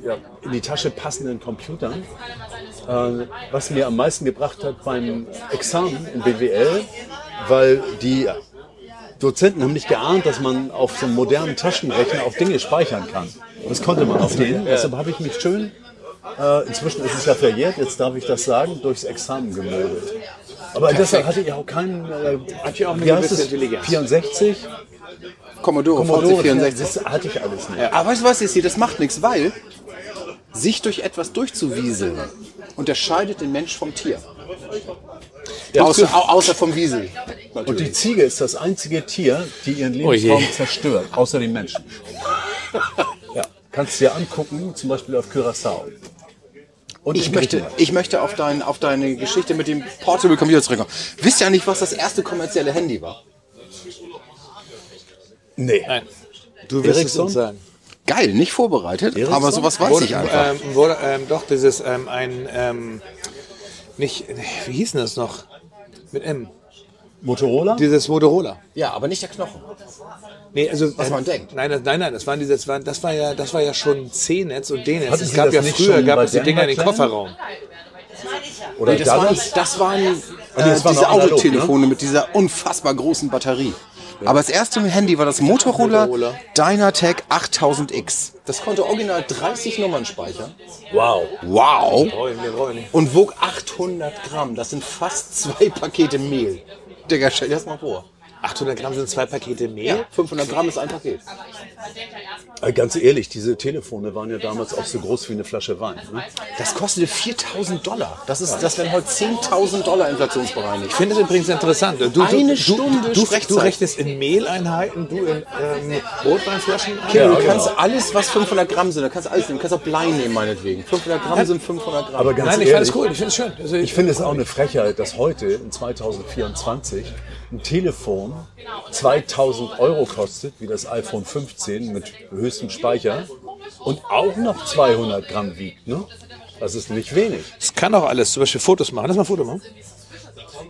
ja, in die Tasche passenden Computern. Äh, was mir am meisten gebracht hat beim Examen in BWL, weil die Dozenten haben nicht geahnt, dass man auf so einem modernen Taschenrechner auch Dinge speichern kann. Das konnte man auf denen. Deshalb habe ich mich schön, äh, inzwischen ist es ja verjährt, jetzt darf ich das sagen, durchs Examen gemogelt. Aber deshalb hatte ich auch keinen, äh,
ich auch eine
wie heißt
gewisse
es?
Intelligenz.
64?
Commodore,
Commodore
VC64.
64 hatte ich alles nicht.
Aber weißt du was, Jesse, das macht nichts, weil sich durch etwas durchzuwieseln unterscheidet den Mensch vom Tier. Außer, au- außer vom Wiesel.
Und die Ziege ist das einzige Tier, die ihren
Oh
Lebensraum zerstört, außer den Menschen. ja, kannst dir angucken, zum Beispiel auf Curaçao. Und
Ich
in
möchte,
Griechenland.
ich möchte auf, dein, auf deine Geschichte mit dem Portable Computer zurückkommen. Wisst ihr nicht, was das erste kommerzielle Handy war?
Nee.
Du wirst es
Ericsson?
uns sagen.
Geil, nicht vorbereitet,
Ericsson?
aber sowas weiß
Wurde,
ich einfach.
ähm, wurde, ähm, doch, dieses ähm, ein, ähm, nicht, wie hieß denn das noch? Mit M.
Motorola?
Dieses Motorola.
Ja, aber nicht der Knochen.
Nee, also,
Was
äh,
man denkt.
Nein, das- nein, nein, das, waren diese, das, waren, das, war, ja, das war ja schon C-Netz und D-Netz.
Hatten
Es
Sie
gab
das
ja
nicht
früher,
schon
gab
bei
es die Dinger in den
Daimler-Kleinen?
Kofferraum.
Oder
das waren,
Dallas? Ah,
das waren
nee,
äh,
das war
diese
noch ne? analog,
Autotelefone mit dieser unfassbar großen Batterie. Aber das erste Handy war das Motorola,
Motorola.
Dynatec 8000X. Das konnte original 30 Nummern speichern.
Wow.
Wow.
Brauch ich- nee, brauch ich nicht.
Und wog 800 Gramm. Das sind fast zwei Pakete Mehl. Digga, stell dir das mal vor.
800 Gramm sind zwei Pakete Mehl.
500 Gramm ist ein Paket.
Äh, Ganz ehrlich, diese Telefone waren ja damals auch so groß wie eine Flasche Wein. Ne?
Das kostete 4000 Dollar. Das, ist, das wären heute 10.000 Dollar inflationsbereinigt.
Ich finde das übrigens interessant. Du, du,
Eine
du,
Stunde
du, du, du
Sprechzeit.
rechnest in Mehleinheiten, du in ähm, Rotweinflaschen.
Ja,
ein.
genau.
du kannst alles, was 500 Gramm sind, da kannst du alles nehmen. Du kannst auch Blei nehmen, meinetwegen. 500 Gramm sind 500 Gramm.
Aber ganz
Nein, ich
ehrlich,
finde es cool, ich finde es schön. Also
Ich finde es auch eine Frechheit, dass heute in 2024 ein Telefon 2000 Euro kostet, wie das iPhone 15 mit höchstem Speicher und auch noch 200 Gramm wiegt. Ne? Das ist nicht wenig.
es kann auch alles, zum Beispiel Fotos machen. Lass mal ein Foto machen.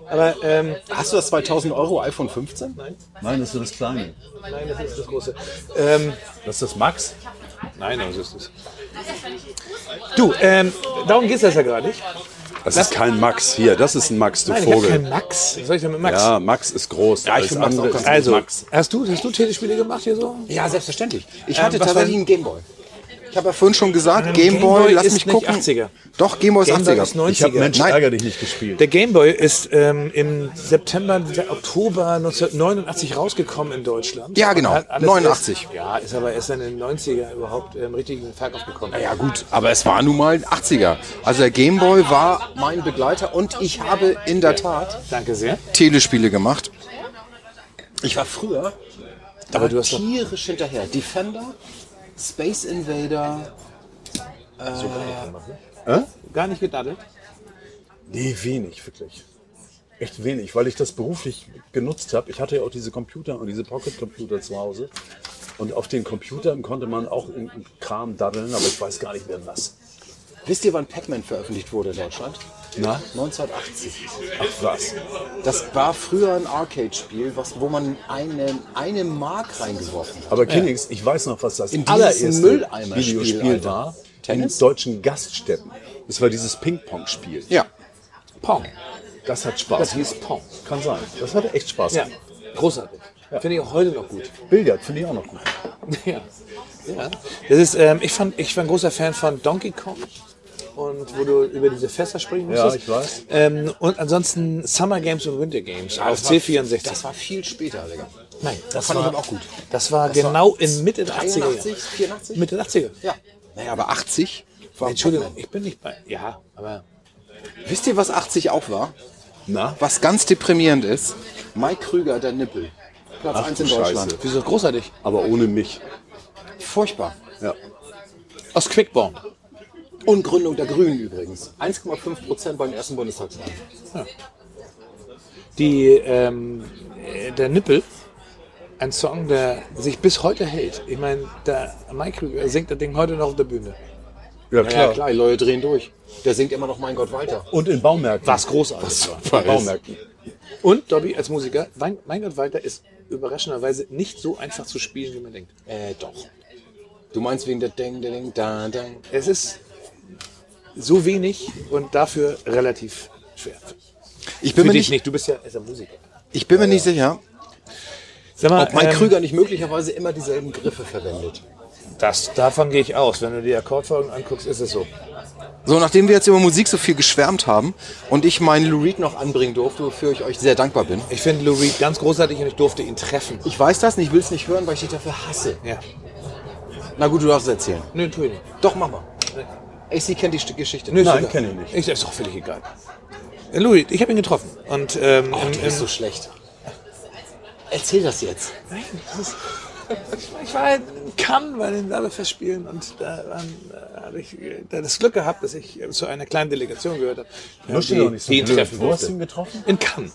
Aber ähm,
hast du das 2000 Euro iPhone 15? Nein.
Nein, das ist das Kleine.
nein, das ist das große. Ähm,
Das ist das Max.
nein, aber so ist es. Du, ähm, darum geht es jetzt ja gerade nicht.
Das ist kein Max hier, das ist ein Max, du
Nein, ich habe keinen
Vogel.
Max. Was soll ich denn mit Max?
Ja, Max ist groß.
ich
Alles
find Max auch
andere
ganz
ist
also,
Max.
Hast, du, hast du Telespiele gemacht hier so?
Ja, selbstverständlich. Ich hatte
Ähm, was
tatsächlich
war-
einen Gameboy. Ich habe ja vorhin schon gesagt,
Ähm,
Gameboy,
Gameboy
lass
ist
mich
nicht
gucken.
80er.
Doch, Gameboy ist
Gameboy
80er.
ist 90er.
Ich habe Mensch
Nein.
ärger dich nicht gespielt.
Der Game Boy ist ähm, im September, Se- Oktober 1989 rausgekommen in Deutschland.
Ja, genau.
Und hat alles
89.
Erst, ja, ist aber erst dann in den 90er überhaupt ähm, richtig in den Verkauf gekommen.
Ja gut, aber es war nun mal ein 80er. Also der Gameboy war mein Begleiter und ich habe in der Tat
Danke sehr.
Telespiele gemacht. Ich war früher
Aber du hast doch
tierisch hinterher. Defender, Space Invader.
gar nicht gedaddelt.
Nee, wenig, wirklich. Echt wenig, weil ich das beruflich genutzt habe. Ich hatte ja auch diese Computer und diese Pocket-Computer zu Hause. Und auf den Computern konnte man auch irgendeinen Kram daddeln, aber ich weiß gar nicht mehr was.
Wisst ihr, wann Pac-Man veröffentlicht wurde in Deutschland?
Na?
1980.
Ach was.
Das war früher ein Arcade-Spiel, was- wo man eine, eine Mark reingeworfen hat.
Aber Kinnings, ich weiß noch, was das
In dieses
allererste
Mülleimer-Spiel,
Videospiel
Alter.
war.
Tennis?
In deutschen Gaststätten. Das war dieses Ping-Pong-Spiel.
Ja.
Pong.
Das hat Spaß.
Das hieß Pong.
Kann sein. Das hatte echt Spaß.
Ja,
gemacht.
großartig. Finde ich auch heute noch gut.
Billard finde ich auch noch gut.
Ja. ja. Das ist, ähm, ich, fand, ich war ein großer Fan von Donkey Kong. Und wo du über diese Fässer springen
Ja,
musstest.
ich weiß.
Ähm, und ansonsten Summer Games und Winter Games auf
Das war-
C64.
Das war viel später, Digga.
Nein, das
fand ich
war,
aber auch gut.
Das war
Das war
genau in Mitte der 80er.
83, 84?
Mitte der 80er.
Ja. Naja, aber 80 war
Entschuldigung, ich bin nicht bei. Ja, aber.
Wisst ihr, was 80 auch war?
Na?
Was ganz deprimierend ist? Mike Krüger, der Nippel. Platz
Ach
1
du
in Deutschland.
Scheiße.
Wieso großartig?
Aber ohne mich.
Furchtbar.
Ja.
Aus Quickborn.
Und Gründung der Grünen übrigens. 1,5 Prozent beim ersten Bundestagswahl.
Die, ähm, äh, der Nippel, ein Song, der sich bis heute hält. Ich meine, der Mike Krüger singt das Ding heute noch auf der Bühne.
Ja,
Ja, klar, die Leute drehen durch. Der singt immer noch Mein Gott Walter.
Und in Baumärkten.
Was großartig war.
In Baumärkten.
Und Dobby als Musiker, Wein- Meingott Walter ist überraschenderweise nicht so einfach zu spielen, wie man denkt.
Äh, doch. Du meinst wegen der Ding, der Ding, da, Dang.
Es ist so wenig und dafür relativ schwer.
Ich
Für
bin, mir
dich
nicht,
nicht, du bist ja ist ja Musiker.
ich bin mir nicht sicher,
Sag mal,
ob mein
ähm,
Krüger nicht möglicherweise immer dieselben Griffe verwendet.
Das, davon gehe ich aus. Wenn du die Akkordfolgen anguckst, ist es so.
So, nachdem wir jetzt über Musik so viel geschwärmt haben und ich meinen Lou Reed noch anbringen durfte, wofür ich euch sehr dankbar bin.
Ich finde Lou Reed ganz großartig und ich durfte ihn treffen.
Ich weiß das nicht, ich will es nicht hören, weil ich dich dafür hasse.
Ja.
Na gut, du darfst es erzählen.
Nö, tu ich nicht.
Doch, mach mal. AC kennt die St- Geschichte.
Nö, ist
Nein,
egal.
kenn ich
Ich,
nicht.
ist doch völlig egal. Äh, Lou Reed, ich habe ihn getroffen. Und, ähm,
Oh,
im-
du
im-
bist so schlecht. Erzähl das jetzt.
Nein, das ist, ich war in Cannes bei den Werbefest spielen und da, waren, äh, habe ich äh, das Glück gehabt, dass ich äh, zu einer kleinen Delegation gehört habe, äh,
Nuschel doch nicht so
die ihn
blöd.
treffen
Wo hast
durfte.
du ihn getroffen?
In Cannes.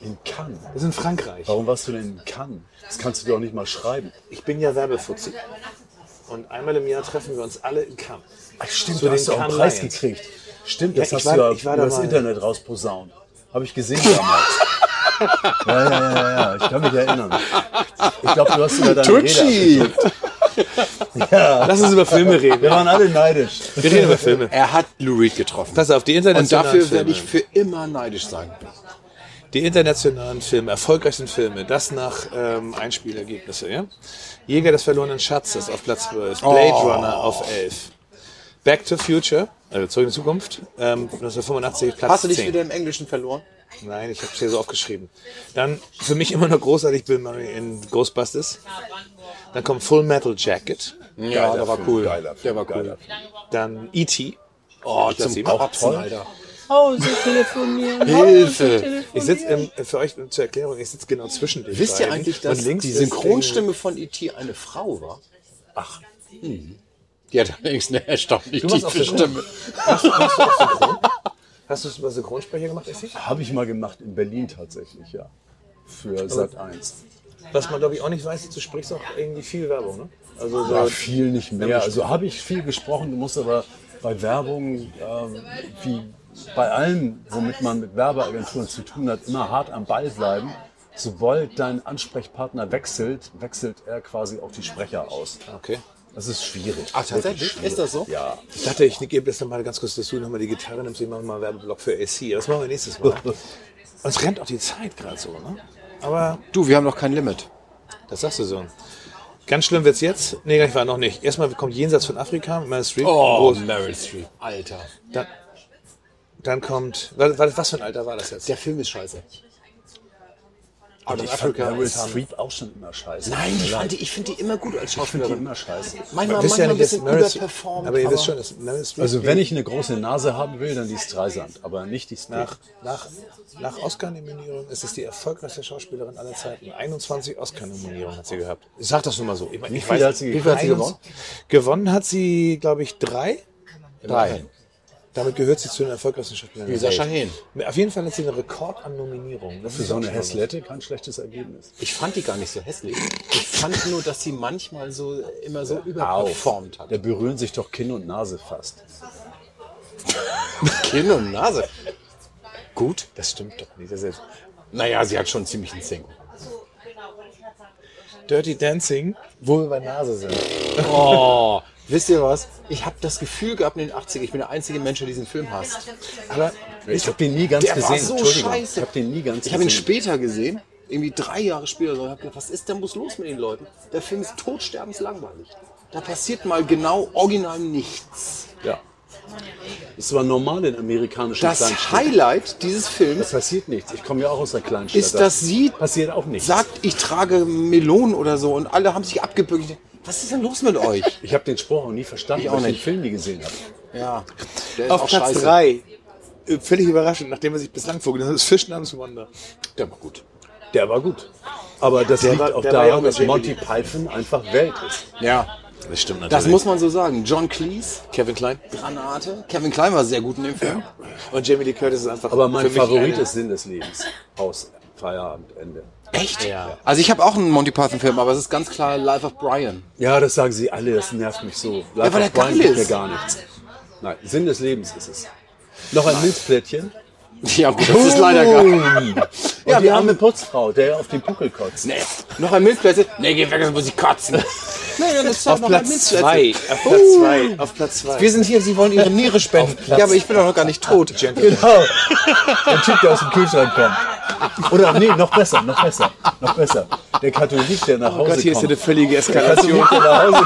In Cannes.
Das ist in Frankreich.
Warum warst du denn in Cannes? Das kannst du doch nicht mal schreiben.
Ich bin ja Werbefuzzi. Und einmal im Jahr treffen wir uns alle in Cannes.
Ach, stimmt,
Zu
du
den
hast doch auch einen
Cannes
Preis
Lions.
gekriegt. Stimmt,
Ja,
das
ich
hast
war-
du ja
ich war da
über das
mal.
Internet rausposaunt. Habe ich gesehen damals. ja, ja, ja, ja, ja, ich kann mich erinnern. Ich glaube, du hast sogar deine
also
Rede abgedruckt. Ja,
Lass uns über Filme reden.
wir waren alle neidisch.
Wir reden über Filme.
Er hat Lou Reed getroffen.
Pass auf, die
und
internationalen
dafür
Filme.
werde ich für immer neidisch sein.
die internationalen Filme, erfolgreichsten Filme, das nach ähm, Einspielergebnisse. Ja? Jäger des verlorenen Schatzes auf Platz 12,
Oh.
Blade Runner auf 11, Back to Future, also zurück in die Zukunft, ähm, 1985 Platz
Hast du dich
10.
wieder im Englischen verloren?
Nein, ich habe es hier so aufgeschrieben. Dann für mich immer noch großartig Bill Murray in Ghostbusters. Dann kommt Full Metal Jacket,
Ja, der war cool.
geiler Film,
der war cool.
geiler
dann E E.T.
Oh,
das
zum
eben auch
Kotzen, Alter.
Hilfe! Ich sitze für euch zur Erklärung, ich sitze genau zwischen den
Wisst ihr
beiden.
eigentlich,
Und
dass
links
die
ist-
Synchronstimme von E.T. eine Frau war? Ach. Die hat allerdings eine erstaunlich
warst auf
tiefe
der
Stimme.
Hast du es über Synchronsprecher gemacht, Effi?
Habe ich mal gemacht in Berlin tatsächlich, ja. Für Sat 1.
Was man, glaube ich, auch nicht weiß, ist, du sprichst auch irgendwie viel Werbung, ne? Also so,
Ja, viel nicht mehr. Also habe ich viel gesprochen, du musst aber bei Werbung, ähm, wie bei allem, womit man mit Werbeagenturen zu tun hat, immer hart am Ball bleiben. Sobald dein Ansprechpartner wechselt, wechselt er quasi auch die Sprecher aus.
okay.
Das ist schwierig.
Ach, tatsächlich?
Wirklich schwierig.
Ist das so?
Ja.
Ich dachte, ich gebe jetzt noch mal ganz kurz dazu, nochmal die Gitarre nimmst, ich mache mal einen Werbeblock für AC. Das machen wir nächstes Mal. Uns rennt auch die Zeit gerade so, ne? Aber
Du, wir haben noch kein Limit.
das sagst du so. Ganz schlimm wird's jetzt. Nee, ich war noch nicht. Erstmal kommt Jenseits von Afrika, Meryl Streep.
Oh,
Groß.
Meryl Streep. Alter.
Dann, dann kommt. Was, was was für ein Alter war das jetzt?
Der Film ist scheiße. Out of
Ich fand
Africa
Meryl
ist Hammer.
Streep auch schon immer scheiße.
Nein, ich,
Leid.
fand die, ich finde die immer gut als
ich finde die
Schauspielerin.
immer scheiße.
Manchmal,
Wisst
manchmal
ihr
ein bisschen
Meryl Streep-
überperformt.
Aber ihr wisst schon, dass Meryl Streep
Also wenn ich eine große Nase haben will, dann die Streisand, aber nicht die Streep.
Nach, nach, nach Oscar-Nominierung ist es die erfolgreichste Schauspielerin aller Zeiten. 21 Oscar-Nominierungen hat sie gehabt. Ich sag das nur mal so. Ich mein,
Wie
ich
viele
weiß-
hat sie- wie viele
hat sie gewonnen?
Gewonnen hat sie, glaube ich, drei.
drei.
Damit gehört sie zu den erfolgreichsten Schauspielerinnen.
Wie
der
Sascha
Welt.
Hehn.
Auf jeden Fall hat sie einen Rekord an Nominierungen. Das
Für
ist
so
auch
eine
schon mal was.
Häslette kein schlechtes Ergebnis.
Ich fand die gar nicht so hässlich. Ich fand nur, dass sie manchmal so immer so überperformt
Da
hat.
berühren sich doch Kinn und Nase fast.
Kinn und Nase. Gut.
Das stimmt doch nicht. Das ist
Naja, sie hat schon ziemlich einen Sing.
Dirty Dancing, wo wir bei Nase sind.
Oh, wisst ihr was? Ich habe das Gefühl gehabt in den 80ern, ich bin der einzige Mensch, der diesen Film hasst.
Aber
Ich habe den nie ganz
Der war
gesehen.
so
Entschuldigung.
scheiße.
Ich habe den nie ganz
Ich habe
gesehen.
ihn später gesehen, irgendwie drei Jahre später. Und habe gedacht, was ist denn bloß los mit den Leuten? Der Film ist totsterbenslangweilig. Da passiert mal genau original nichts.
ja. Das war normal in amerikanischen
Das
Kleinstädten.
Highlight dieses
Das
Films
passiert nichts. Ich komme ja auch aus der Kleinstadt.
ist, dass sie
passiert auch nichts.
sagt, ich trage Melonen oder so und alle haben sich abgebückt. Ich denk, Was ist denn los mit euch?
ich habe den Spruch auch nie verstanden,
Ich auch
weil ich den
nicht.
Film nie gesehen habe.
Ja, der ist
auf
auch
Platz
scheiße.
3, völlig überraschend, nachdem er sich bislang vorgenommen hat, ist Fish namens Wonder.
Der war gut.
Der war gut. Aber das liegt
war-
auch
der war ja
daran,
auch
dass
sehr
Monty Python einfach Welt ist.
Ja,
Das stimmt natürlich.
das muss man so sagen. John Cleese,
Kevin Klein.
Granate. Kevin Klein war sehr gut in dem Film.
Und Jamie Lee Curtis ist einfach.
Aber mein
für mich
Favorit
eine-
ist Sinn des Lebens. Haus, Feierabend, Ende.
Echt? Ja. Also ich habe auch einen Monty Python-Film, aber es ist ganz klar Life of Brian.
Ja, das sagen sie alle, das nervt mich so. Life
weil
of
der
Brian
geil
gibt mir
ist.
gar nichts. Nein, Sinn des Lebens ist es. Noch ein Milzplättchen.
Ja, gut, das ist leider gar
Ja,
Ja,
Oh. die
wir haben
arme Putzfrau, der auf den Puckel kotzt.
Nee, noch ein Milzplätzchen? Nee, geh weg, sonst muss ich kotzen. Nee, dann ist halt
Auf Platz zwei. Auf Platz zwei. Auf Platz zwei.
Wir sind hier, Sie wollen Ihre Niere spenden. Ja, aber ich bin doch noch gar nicht tot.
Genau. Der Typ, der aus dem Kühlschrank kommt. Oder nee, noch besser, noch besser, noch besser. Der Katholik, der nach Hause kommt.
völlige
der Katholik, der nach Hause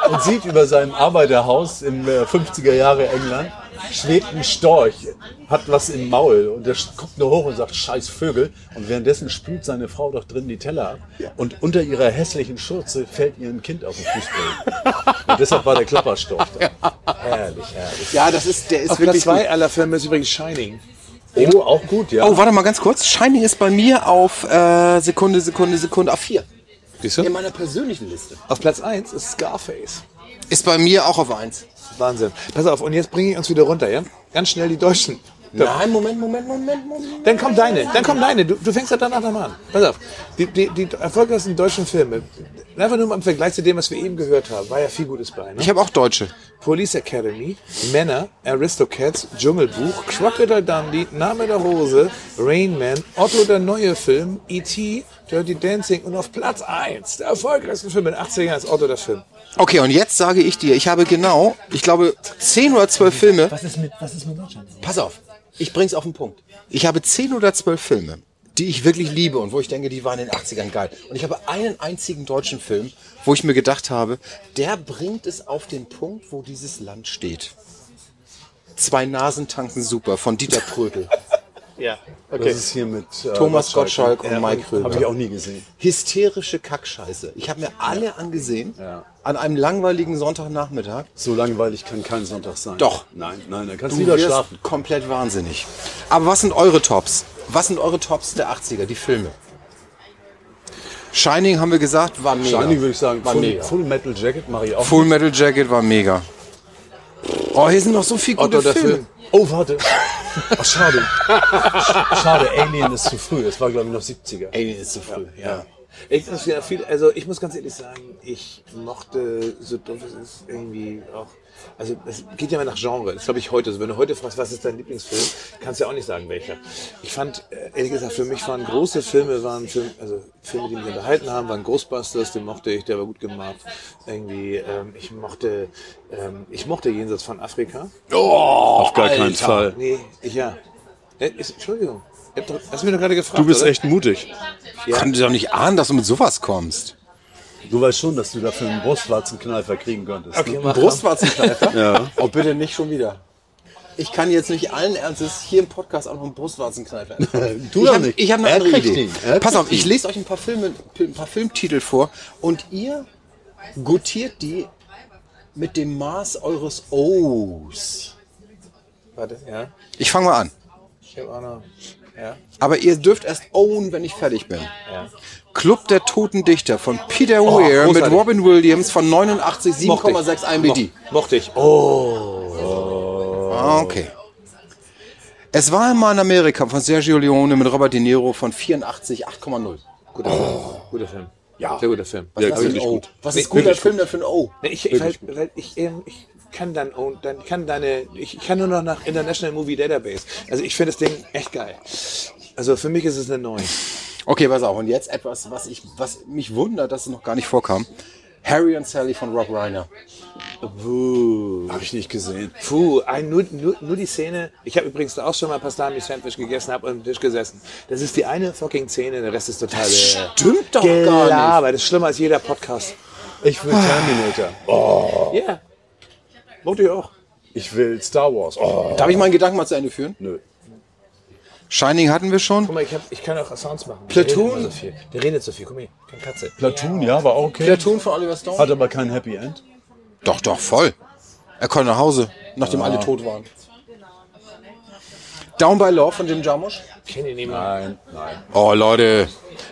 kommt und sieht über seinem Arbeiterhaus im äh, 50er Jahre England, schwebt ein Storch, hat was im Maul und der sch- guckt nur hoch und sagt, scheiß Vögel. Und währenddessen spült seine Frau doch drin die Teller ab und unter ihrer hässlichen Schürze fällt ihr ein Kind auf den Fußboden. Und deshalb war der Klapperstorch da. Herrlich, herrlich.
Ja, das ist, der ist
Auf Platz
wirklich
zwei aller Filme ist übrigens Shining.
Oh, auch gut, ja.
Oh, warte mal ganz kurz. Shining ist bei mir auf äh, Sekunde, Sekunde, Sekunde A4.
Siehst du?
meiner persönlichen Liste.
Auf Platz eins ist Scarface.
Ist bei mir auch auf 1.
Wahnsinn. Pass auf, und jetzt bringe ich uns wieder runter, ja? Ganz schnell die Deutschen.
Nein, Moment, Moment, Moment, Moment.
Dann kommt deine, dann kommt deine. Du, du fängst ja danach nochmal an. Pass auf. Die, die, die erfolgreichsten deutschen Filme, einfach nur mal im Vergleich zu dem, was wir eben gehört haben, war ja viel Gutes bei. Ne?
Ich habe auch Deutsche.
Police Academy, Männer, Aristocats, Dschungelbuch, Crocodile Dundee, Name der Rose, Rain Man, Otto der neue Film, E.T., Dirty Dancing und auf Platz 1 der erfolgreichsten Film in den 80ern ist Otto der Film.
Okay, und jetzt sage ich dir, ich habe genau, ich glaube, 10 oder 12 Filme.
Was ist mit, was ist mit Deutschland?
Pass auf, ich bring's auf den Punkt. Ich habe 10 oder 12 Filme, die ich wirklich liebe und wo ich denke, die waren in den 80ern geil. Und ich habe einen einzigen deutschen Film, wo ich mir gedacht habe, der bringt es auf den Punkt, wo dieses Land steht. Zwei Nasen tanken super von Dieter Prödel,
Ja.
Das ist hier mit äh,
Thomas Gottschalk und Mike
Habe ich
Röber.
auch nie gesehen.
Hysterische Kackscheiße. Ich habe mir alle angesehen an einem langweiligen Sonntagnachmittag.
So langweilig kann kein Sonntag sein.
Doch.
Nein, nein, da kannst
Du
du lieber
wirst
schlafen.
komplett wahnsinnig. Aber was sind eure Tops? Was sind eure Tops der 80er, die Filme? Shining haben wir gesagt, war mega.
Shining würde ich sagen,
war
Full,
mega.
Full Metal Jacket mache ich auch.
Full Metal Jacket war mega. Oh, hier sind noch so viele gute
der
Filme.
Film.
Oh, warte. Ach, schade. Sch- schade, Alien ist zu früh. Das war, glaube ich, noch 70er.
Alien ist zu früh, ja.
Ich muss, ja viel, also ich muss ganz ehrlich sagen, ich mochte, so doof es ist, irgendwie auch. Also es geht ja immer nach Genre. Das glaube ich heute. Also wenn du heute fragst, was ist dein Lieblingsfilm, kannst du ja auch nicht sagen, welcher. Ich fand, äh, ehrlich gesagt, für mich waren große Filme, waren Film, also Filme, die mich unterhalten haben, waren Ghostbusters, den mochte ich, der war gut gemacht. Irgendwie, ähm, ich mochte, ähm, ich mochte Jenseits von Afrika.
Auf gar keinen
Alter.
Fall.
Nee, ich ja. Äh, ist, Entschuldigung. Ihr habt doch- Hast du mich doch gerade gefragt.
Du bist
oder?
echt mutig.
Ich konnte doch nicht ahnen, dass du mit sowas kommst.
Du weißt schon, dass du dafür einen Brustwarzenkneifer kriegen könntest.
Okay,
ne?
mach mal.
Brustwarzenkneifer? ja. Oh, bitte nicht schon wieder. Ich kann jetzt nicht allen Ernstes hier im Podcast auch noch einen Brustwarzenkneifer.
Du
ich
doch
hab-
nicht.
Ich habe eine
Er
andere
kriegt
Idee.
ihn. Er
Pass
kriegt
auf, ich lese euch ein paar, Filme, ein paar Filmtitel vor und ihr gutiert die mit dem Maß eures O's.
Warte, ja.
Ich fange mal an.
Ich habe auch noch. Ja.
Aber ihr dürft erst own, wenn ich fertig bin.
Ja.
Club der Toten Dichter von Peter
Oh,
Weir mit
großartig.
Robin Williams von 89,
Mochte ich.
7,6 IMDb.
Mo- Mochte ich. Oh.
Ah, Okay. Es war einmal in Amerika von Sergio Leone mit Robert De Niro von 84, 8,0.
Guter Film. Guter Film. Ja. Sehr guter Film.
Ja,
Was ist
wirklich
ein O?
gut.
Was
Nee,
ist guter
wirklich
Film denn für ein O?
Nee, ich, ich, halt, weil ich, ähm, ich kann dann, und dann kann deine, ich ich kann nur noch nach International Movie Database. Also ich finde das Ding echt geil. Also für mich ist es eine 9.
Okay, pass auf. Und jetzt etwas, was, ich, was mich wundert, dass es noch gar nicht vorkam. Harry und Sally von Rob Reiner.
Habe ich nicht gesehen.
Puh, ein, nur, nur, nur die Szene. Ich habe übrigens auch schon mal Pastami-Sandwich gegessen, habe am Tisch gesessen. Das ist die eine fucking Szene, der Rest ist total. äh,
Stimmt doch gar nicht.
Gelaber, das ist schlimmer als jeder Podcast.
Ich will Terminator.
Ja. Yeah. Mochte ich auch.
Ich will Star Wars. Oh,
Darf ich meinen Gedanken mal zu Ende führen?
nö.
Shining hatten wir schon.
Guck mal, ich, hab, ich kann auch Sounds machen.
Platoon?
Der redet, immer so viel. der redet so viel. Guck mal, hier, keine Katze.
Platoon, ja, war auch okay.
Platoon von Oliver Stone.
Hat aber kein Happy End.
Doch, doch, voll. Er konnte nach Hause, nachdem alle tot waren. Down by Law von Jim Jarmusch.
Kenn ihn nicht mal.
Nein, nein.
Oh, Leute.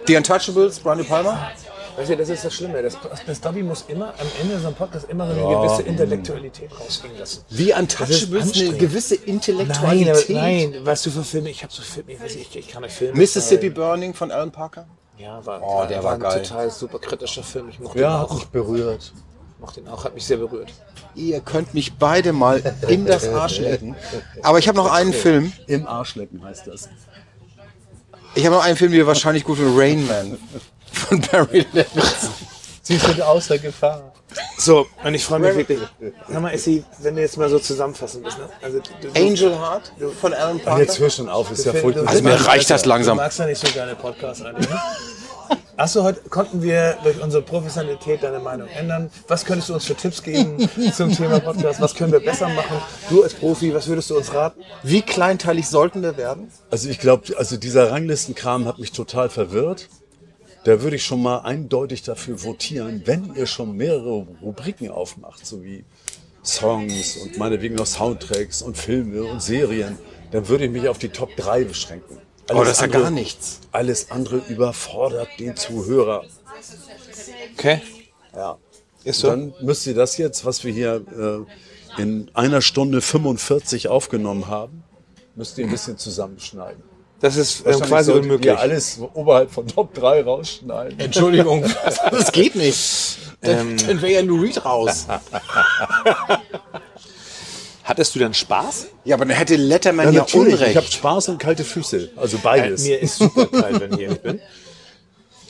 The Untouchables, Brian De Palma.
Weißt du, das ist das Schlimme. Das, das Dobby muss immer am Ende so ein Podcast immer so eine gewisse Intellektualität raushängen lassen.
Wie
Das
Untouchables
ist
eine
anstrengend.
gewisse
Nein,
Intellektualität.
aber, nein, was du für Filme, ich habe so Filme, ich, weiß nicht, ich, ich kann nicht Filme.
Mississippi Burning von Alan Parker.
Ja, war,
Oh, der war
ein
geil.
total super kritischer Film. Ich mochte ihn
Ja, hat
auch.
mich berührt.
Mochte ihn auch, hat mich sehr berührt.
Ihr könnt mich beide mal in das Arsch lecken. Aber ich habe noch einen Film.
Im Arschlecken heißt das.
Ich habe noch einen Film, der wahrscheinlich gut wird. Rain Man von Barry Levinson.
Sie sind außer Gefahr.
So, und ich freue mich wirklich. Sag mal, Essi, wenn du jetzt mal so zusammenfassen bist, ne? Also, du, du-
Angel Heart von Alan Parker.
Jetzt hör schon auf, ist ja
Phil,
furchtbar.
du-
Also mir reicht das
Du
langsam.
magst ja nicht so gerne Podcasts eigentlich, ne? Achso, heute konnten wir durch unsere Professionalität deine Meinung ändern. Was könntest du uns für Tipps geben zum Thema Podcast? Was können wir besser machen? Du als Profi, was würdest du uns raten?
Wie kleinteilig sollten wir werden?
Also ich glaube, also dieser Ranglistenkram hat mich total verwirrt. Da würde ich schon mal eindeutig dafür votieren, wenn ihr schon mehrere Rubriken aufmacht, so wie Songs und meinetwegen noch Soundtracks und Filme und Serien, dann würde ich mich auf die Top 3 beschränken.
Oh, das ist ja gar nichts.
Alles andere überfordert den Zuhörer.
Okay.
Ja.
Ist
Dann müsst ihr das jetzt, was wir hier äh, in einer Stunde 45 aufgenommen haben, müsst ihr ein bisschen zusammenschneiden.
Das ist äh,
Wahrscheinlich solltet Ihr alles oberhalb von Top 3 rausschneiden.
Entschuldigung, das geht nicht. Dann, dann wäre ja Lou Reed raus.
Hattest du denn Spaß?
Ja, aber dann hätte Letterman ja,
natürlich, ich habe
Unrecht.
Spaß und kalte Füße. Also
Äh,
beides.
Äh, Mir ist super kalt, wenn ich ehrlich bin.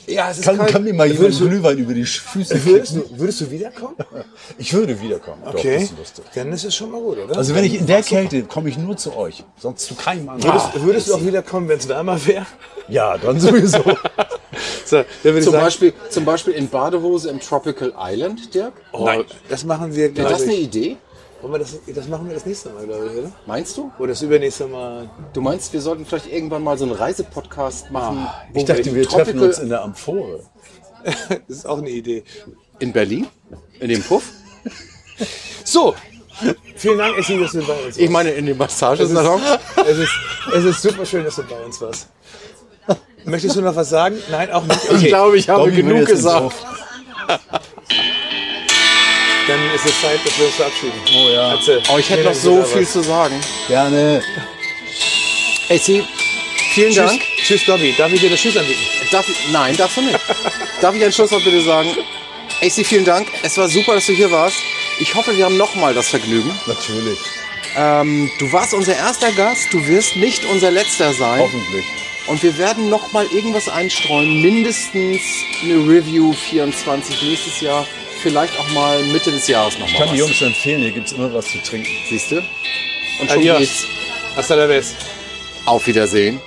Ja, es ist
kann,
kalt.
kann mir mal jemand
Äh, Würdest du-
einen Glühwein über die Sch- Füße
Würdest
kippen?
du, würdest du wiederkommen?
Ich würde wiederkommen. Doch, das ist lustig.
Dann ist es schon mal gut, oder?
Also wenn ich in der Kälte komme ich nur zu euch, sonst zu keinem anderen.
würdest, würdest du auch wiederkommen, wenn es wärmer wäre?
Ja, dann sowieso.
So, dann würde ich
Zum
sagen,
Beispiel, zum Beispiel in Badehose im Tropical Island, Dirk.
oh, Nein. das machen wir,
Wäre
glaube
das eine
ich.
Idee?
Wollen wir das, das machen wir das nächste Mal, glaube ich, oder?
Meinst du?
Oder das übernächste Mal.
Du meinst, wir sollten vielleicht irgendwann mal so einen Reisepodcast machen? wo
Ich dachte,
in
wir treffen
Tropical-
uns in der Amphore.
Das ist auch eine Idee.
in Berlin? In dem Puff?
So, vielen Dank, Essi, dass du bei uns warst.
Ich meine, in dem Massagesalon?
Es ist, es ist super schön, dass du bei uns warst. Möchtest du noch was sagen? Nein, auch nicht. Okay,
Ich glaube, ich habe
Bobby will
genug
jetzt ins
gesagt.
dann ist es Zeit, dass wir uns verabschieden.
Oh ja.
Atze,
Oh, ich hätte
vielen Dank,
noch
dass du
so
da
viel
warst.
zu sagen.
Gerne.
Essi, vielen Dank.
Tschüss, Tschüss, Dobby. Darf ich dir das Tschüss anbieten?
Darf ich, nein, darfst du nicht. Darf ich ein Schlusswort bitte sagen? AC, vielen Dank. Es war super, dass du hier warst. Ich hoffe, wir haben nochmal das Vergnügen.
Natürlich.
Ähm, du warst unser erster Gast, du wirst nicht unser letzter sein.
Hoffentlich.
Und wir werden nochmal irgendwas einstreuen. Mindestens eine Review 24 nächstes Jahr. Vielleicht auch mal Mitte des Jahres
Ich kann
nochmal
die
was.
Jungs empfehlen, hier gibt's immer was zu trinken.
Siehst du? Und schon
Adios.
geht's.
Hasta la vez.
Auf Wiedersehen.